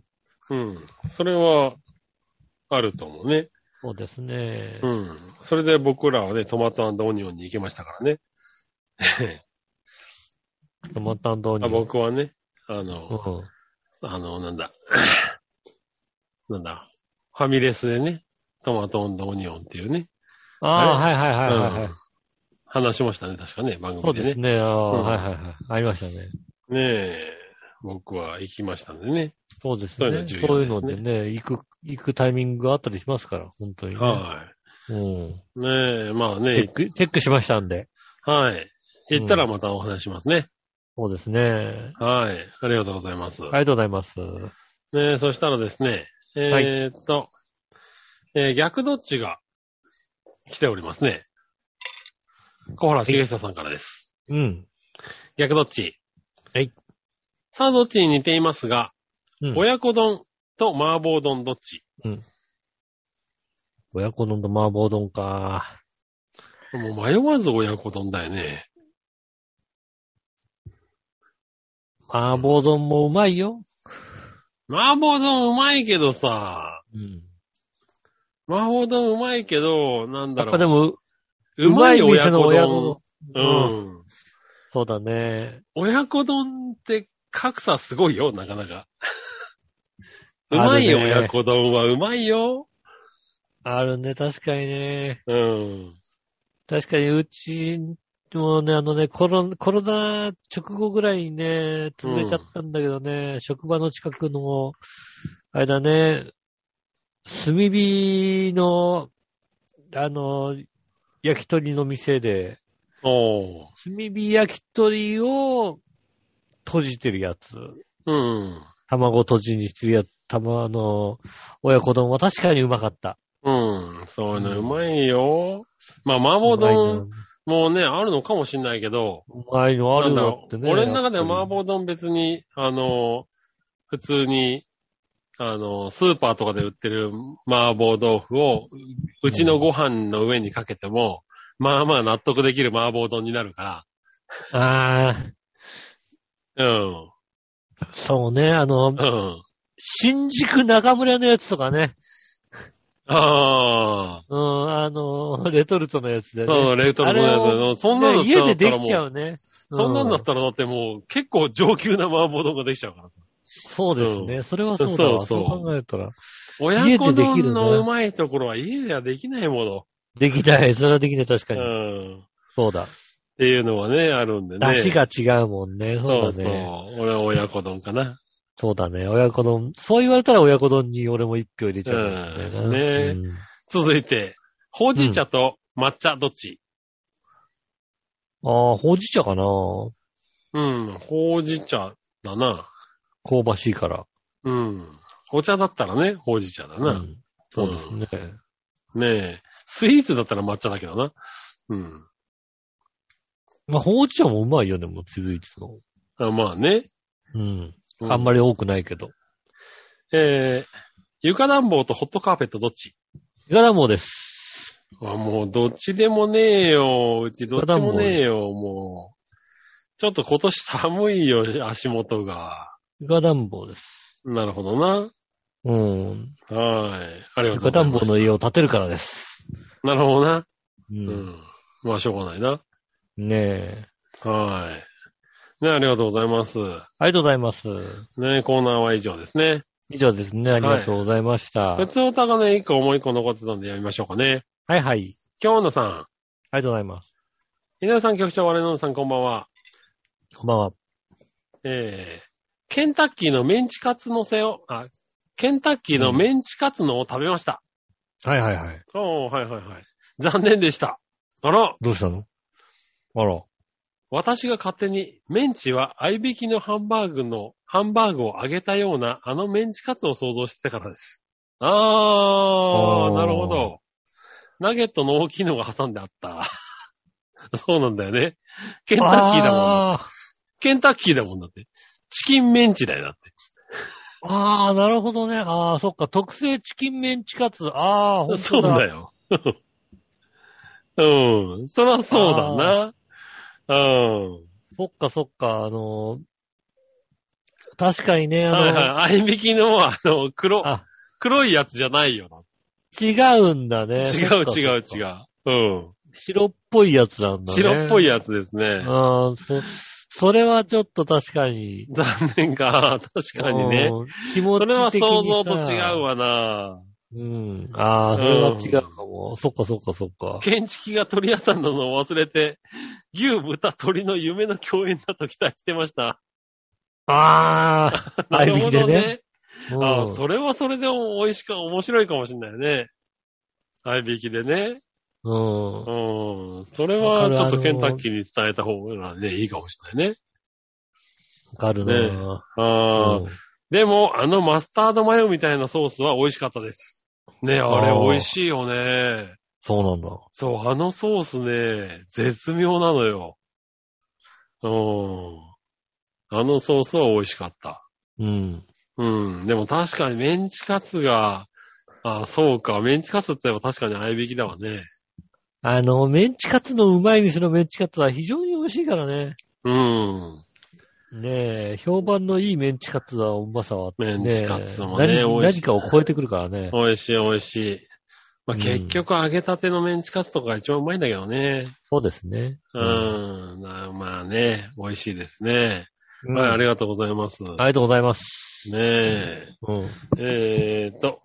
うん。それは、あると思うね。うんそうですねう。ん。それで僕らはね、トマトオニオンに行きましたからね。 トマトンドーニあン。僕はね、あうの、ん。あの、なんだ。 なんだ。ファミレスでね、トマトオニオンっていうね、ああ、ははいはいはいはいはい。うん話しましたね、確かね、番そう組でですね。ね。ああ、うんはいはいはい。ありましたね。ねえ、僕は行きましたんでね。そうですそういうのね。重要そういうのでですね、行く、行くタイミングがあったりしますから、本当にね、はうん。い。ねえ、まあチェねッ、ク、チェックしましたんで。はい。行ったらまたお話しますね。そうですね。はい。ありがとうございます。ありがとうございます。ねえ、そしたらですね、はいえーっと、えー逆どっちが来ておりますね。小原茂久さんからです。うん。逆どっちはい。さあ、どっちに似ていますが、うん、親子丼と麻婆丼どっち親子丼と麻婆丼か。もう迷わず親子丼だよね。麻婆丼もうまいよ。麻婆丼うまいけどさ、うん。麻婆丼うまいけど、なんだやっろぱう。でも、うまい親子丼。う。うんん。そうだね。親子丼って格差すごいよ、なかなか。うあまるいねよ、親子丼はうまいよ。あるね、確かにね。うん。確かに、うちもね、あのね、コロコロナ直後ぐらいにね、潰れちゃったんだけどね、職場の近くの、あれだね、炭火の、あの、焼き鳥の店で、おー。炭火焼き鳥を閉じてるやつ。うん。卵とじにしてるやつ、卵の、親子丼は確かにうまかった。うん。そういうのうまいよ。まあ、麻婆丼もね、あるのかもしんないけど、うまいのあなるんだのろってう。ね。俺の中では麻婆丼別に、あの、普通に、あの、スーパーとかで売ってる麻婆豆腐を、うちのご飯の上にかけても、まあまあ納得できる麻婆丼になるかああ、ら、うん。そうね、あの、うん。新宿中村のやつとかね。ああ、うん、あの、レトルトのやつでね。そう、レトルトのやあれつをの。そんなのね家でできちゃう。うね。そんなんうだったらだってもう結構上級な麻婆丼ができちゃうから。そうですね。それはそうだそうわ。そうそう考えたら。親子家でできるね丼のうまいところは家ではできないもできない。それはできない。確かの。うに。ん。っそうだ。ていうのはね、あるんでね。出汁が違うもんね。そそううそだう。ね。俺は親子丼かな。そうだね。親子丼。そう言われたら親子丼に俺も一票入れちゃうんですね。うんねうん続いて、ほうじ茶と抹茶どっち、ああ、ほうじ茶かなうん、ほうじ茶だな。香ばしいから。うん。お茶だったらね、ほうじ茶だうな。んそうですね。ねえ。スイーツだったら抹茶だけどな。うん。まあ、ほうじ茶もうまいよね、もう続いての。あまあね。うん。うあんまり多くないけど。えー、床暖房とホットカーペットどっちいかだもです。あもうどっちでもねえよ。うちどっちもねえよ、もう。ちょっと今年寒いよ、足元が。いかだんぼです。なるほどな。うん。はい。ありがいとうかござだいんまぼす。の家を建てるからです。なるほどな。う。うんん。まあ、しょうがないな。ねえ。はい。ね、ありがとうございます。ありがとうございます。ね、コーナーは以上ですね。以上ですね。ありがとうございました。は普通おたがね、一個もう一個残ってたんでやりましょうかね。いはい。今日のさん、ありがとうございます。皆さん局長、我のさん、こんばんは。こんばんは。えー、ケンタッキーのメンチカツのせを、あ、ケンタッキーのメンチカツのを食べました。はいはいはい。おー、はいはいはい。残念でした。あら、どうしたのあら。私が勝手に、メンチは合いびきのハンバーグの、ハンバーグを揚げたような、あのメンチカツを想像してたからです。あー、おーなるほど。ナゲットの大きいのが挟んであった。 そうなんだよね。ケンタッキーだもんな。あケンタッキーだもんだって。チキンメンチだよ、だって。ーあー、なるほどね。ああ、そっか。特製チキンメンチカツ。ああ、ほんそうだ。だよ。うん。そらそうだな。うん。そっかそっか、あのー確かにね、あの、はいはい。合いびきの、あの、黒あ、黒いやつじゃないよな。違うんだね。違う違う違う。う。うん。白っぽいやつなんだね。白っぽいややつですね。ああ、そ、それはちょっと確かに。残念か。確かにね。うん。気持ちそ的れにさは想像と違う。わな。うん。ああ、それは違うかも。も。そっかそっかそっか。建築が鳥屋さんなのを忘れて、牛、豚、鳥の夢の共演だと期待してました。あー、なる合いびきほどでねね。うん ああ、それはそれで美味しく、面白いかもしれないね。合いびきでね。うん。うん。それわかは、るちょっとあのーケンタッキーに伝えた方がね、いいかもしれないね。わかるなああ、うんでも、あのマスタードマヨみたいなソースは美味しかったです。ね、ああーれ美味しいよね。そうなんだ。そう、あのソースね、絶妙なのよ。うん。あのソースは美味しかった。うん。うん。でも確かにメンチカツが、あそうか、メンチカツって言えば確かに合いびきだわね。あの、メンチカツのうまい店のメンチカツは非常に美味しいからね。うん。ねえ、評判のいいメンチカツはうまさは、ねえ、メンチカツもね何美何味しいかを超えてくるからね。美味しい美味しい。まあ、うん結局揚げたてのメンチカツとかが一番うまいんだけどね。そうですね。うん。なまあね、美味しいですね。うんはい、ありあがとうございます。りがとうございます。ねえ。うん。えーっと、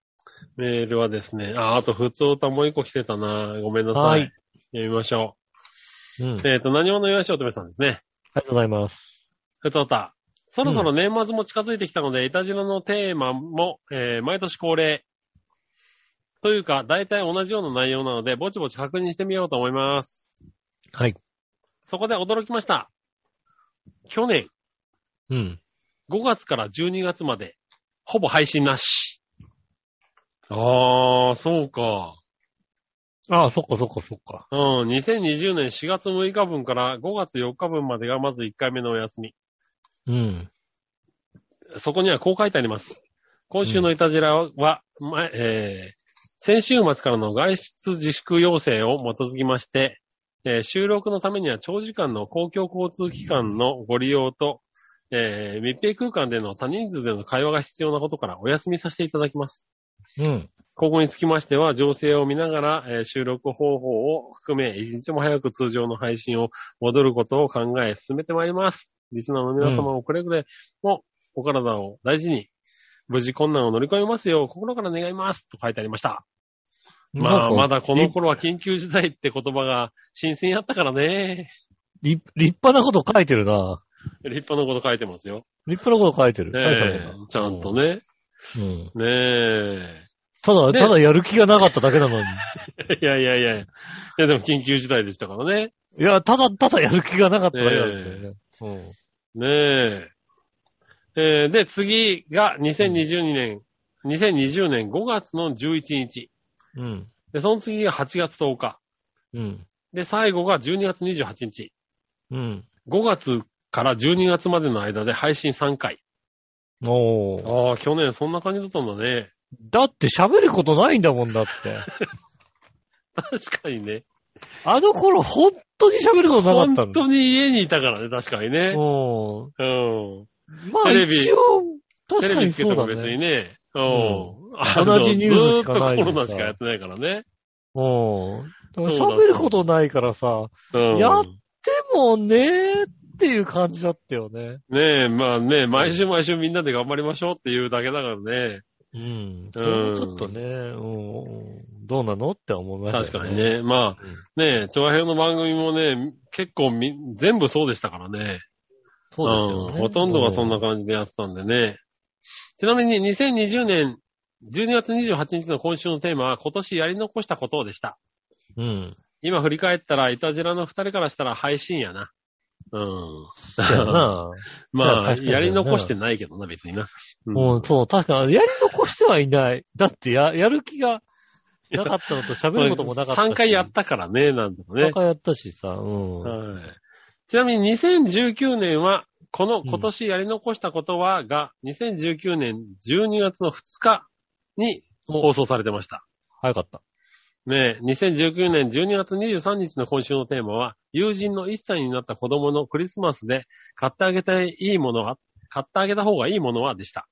メールはですね、あ、あと、普通歌もう一個来てたな。ごめんなさい。はい読みましょうん。ありう。えーっと、何者よしおとめさんですね。がとうございます。普通歌。そろそろ年末も近づいてきたので、イタジロのテーマも、えー毎年恒例。というか、大体同じような内容なので、ぼちぼち確認してみようと思います。はい。そこで驚きました。去年、うん。 5月から12月まで、ほぼ配信なし。あー、そうか。ああ、そっかそっかそっか。うん、2020年4月6日分から5月4日分までがまず1回目のお休み。うん。そこにはこう書いてあります。今週のイタジラは、前えー先週末からの外出自粛要請を基づきまして、えー収録のためには長時間の公共交通機関のご利用と、えー密閉空間での多人数での会話が必要なことからお休みさせていただきます。うん。今後につきましては、情勢を見ながら、えー収録方法を含め、一日も早く通常の配信を戻ることを考え、進めてまいります。リスナーの皆様もくれぐれも、お体を大事に、無事困難を乗り越えますよう、心から願います。と書いてありました。まあ、まだこの立頃は緊急事態って言葉が新鮮やったからね。立立派なこと書いてるな。立派なこと書いてますよ。立派なこと書いてる。ね書いてあるえなちゃんと。ね。うん。ねえ。ただ、ねただやる気がなかっただけなのに。いやいやいやいや。いやでも緊急事態でしたからね。いや、ただ、ただやる気がなかっただけなんですよね。うん。ねえ。えーで、次が2022年、2020年5月の11日。うん。で、その次が8月10日。うん。で、最後が12月28日。うん。 5月から12月までの間で配信3回。おーああ、去年そんな感じだったんだね。 だって喋ることないんだもんだって。確かにね。あの頃、本当に喋ることなか本ったんだ。当に家にいたからね、確かにね。ううん。ん。まあ、テレビ一応、確テかレにビつけそうてもだ別ね。にね。うん。あの同じニュースしかないずのかーっとコロナしかやってないからね。うん。だからそうだね喋ることないからさ、うん。やっでもねーっていう感じだったよね。ねえ、まあね、毎週毎週みんなで頑張りましょうっていうだけだからね。うん。それもちょっとね、うんうんどうなのって思いまし確たかよに。ね。まあうん、ねえ、調和表の番組もね、結構み、全部そうでしたからね。そうですよね。んほとんどがそんな感じでやってたんでね。ちなみに2020年12月28日の今週のテーマは今年やり残したことでした。うん。今振り返ったら、イタジラの二人からしたら配信やな。うん。そうやな。 まあ、確かにやり残してないけどな、別にな。うんうん、そう、確かに、やり残してはいない。だって、や、やる気がなかったのと喋ることもなかったし。 3回やったからね、なんでもね3。回やったしさ、うん。はい。ちなみに2019年は、この今年やり残したことは、が、2019年12月の2日に放送されてました。早かった。ねえ、2019年12月23日の今週のテーマは、友人の1歳になった子供のクリスマスで、買ってあげたいいいものは、買ってあげた方がいいものはでした。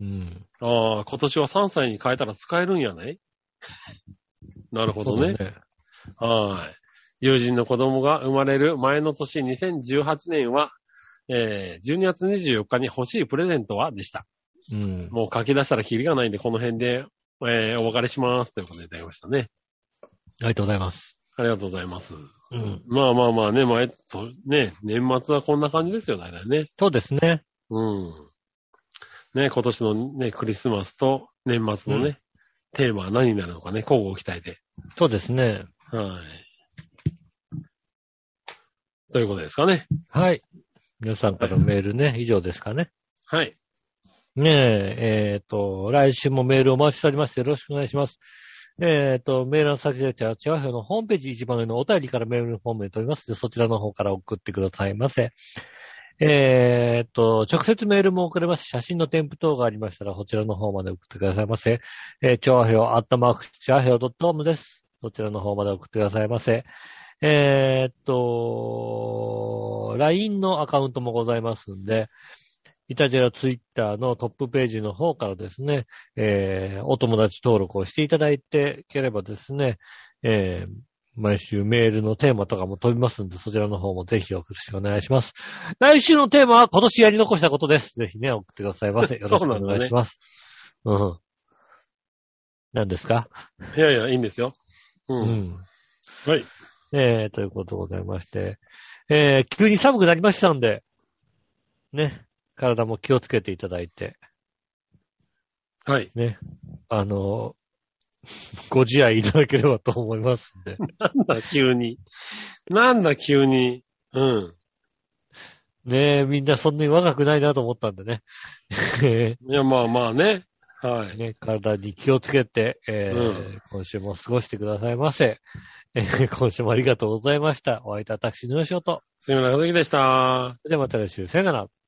うん。ああ、今年は3歳に変えたら使えるんやないなるほどねそう。だね。はい。友人の子供が生まれる前の年2018年は、えー12月24日に欲しいプレゼントはでした。うん。もう書き出したらキリがないんで、この辺でえーお別れします。ということでいただきましたね。りがとうございます。ありがとうございます。うん。まあまあまあね、前と、ね、年末はこんな感じですよ、大体ね。そうですね。うん。ね、今年のね、クリスマスと年末のね、うんテーマは何になるのかね、交互期待で。そうですね。はい。ということですかね。はい。皆さんからのメールね、以上ですかね。はい。ねえ、えっ、と、来週もメールを回ししておりまして、よろしくお願いします。えっ、と、メールの先で、チャチワヘのホームページ一番上のお便りからメールフォームに飛びますので、そちらの方から送ってくださいませ。えっ、と、直接メールも送れます。写真の添付等がありましたら、こちらの方まで送ってくださいませ。えー、チャワヘアットマーク、チャワヘオ .com です。そちらの方まで送ってくださいませ。えっ、と、LINE のアカウントもございますんで、イタジェラツイッターのトップページの方からですね、えーお友達登録をしていただいていければですね、えー毎週メールのテーマとかも飛びますんで、そちらの方もぜひよろしくお願いします。来週のテーマは今年やり残したことです。ぜひね、送ってくださいませ。よろしくお願いします。うん。何ですかいやいや、いいんですよ。うん。うん。はい。えー、ということでございまして、えー、急に寒くなりましたんで、ね、体も気をつけていただいて、はい。ね、あの、 ご自愛いただければと思いますん で、なんだ、急に。なんだ、急に。うん。ねえ、みんなそんなに若くないなと思ったんでね、えいや、まあまあね。はーい。 ね体に気をつけて、えーうん今週も過ごしてくださいませ。えー今週もありがとうございました。お相手は私のよしおと。杉村和樹でした。それではまた来週、さよなら。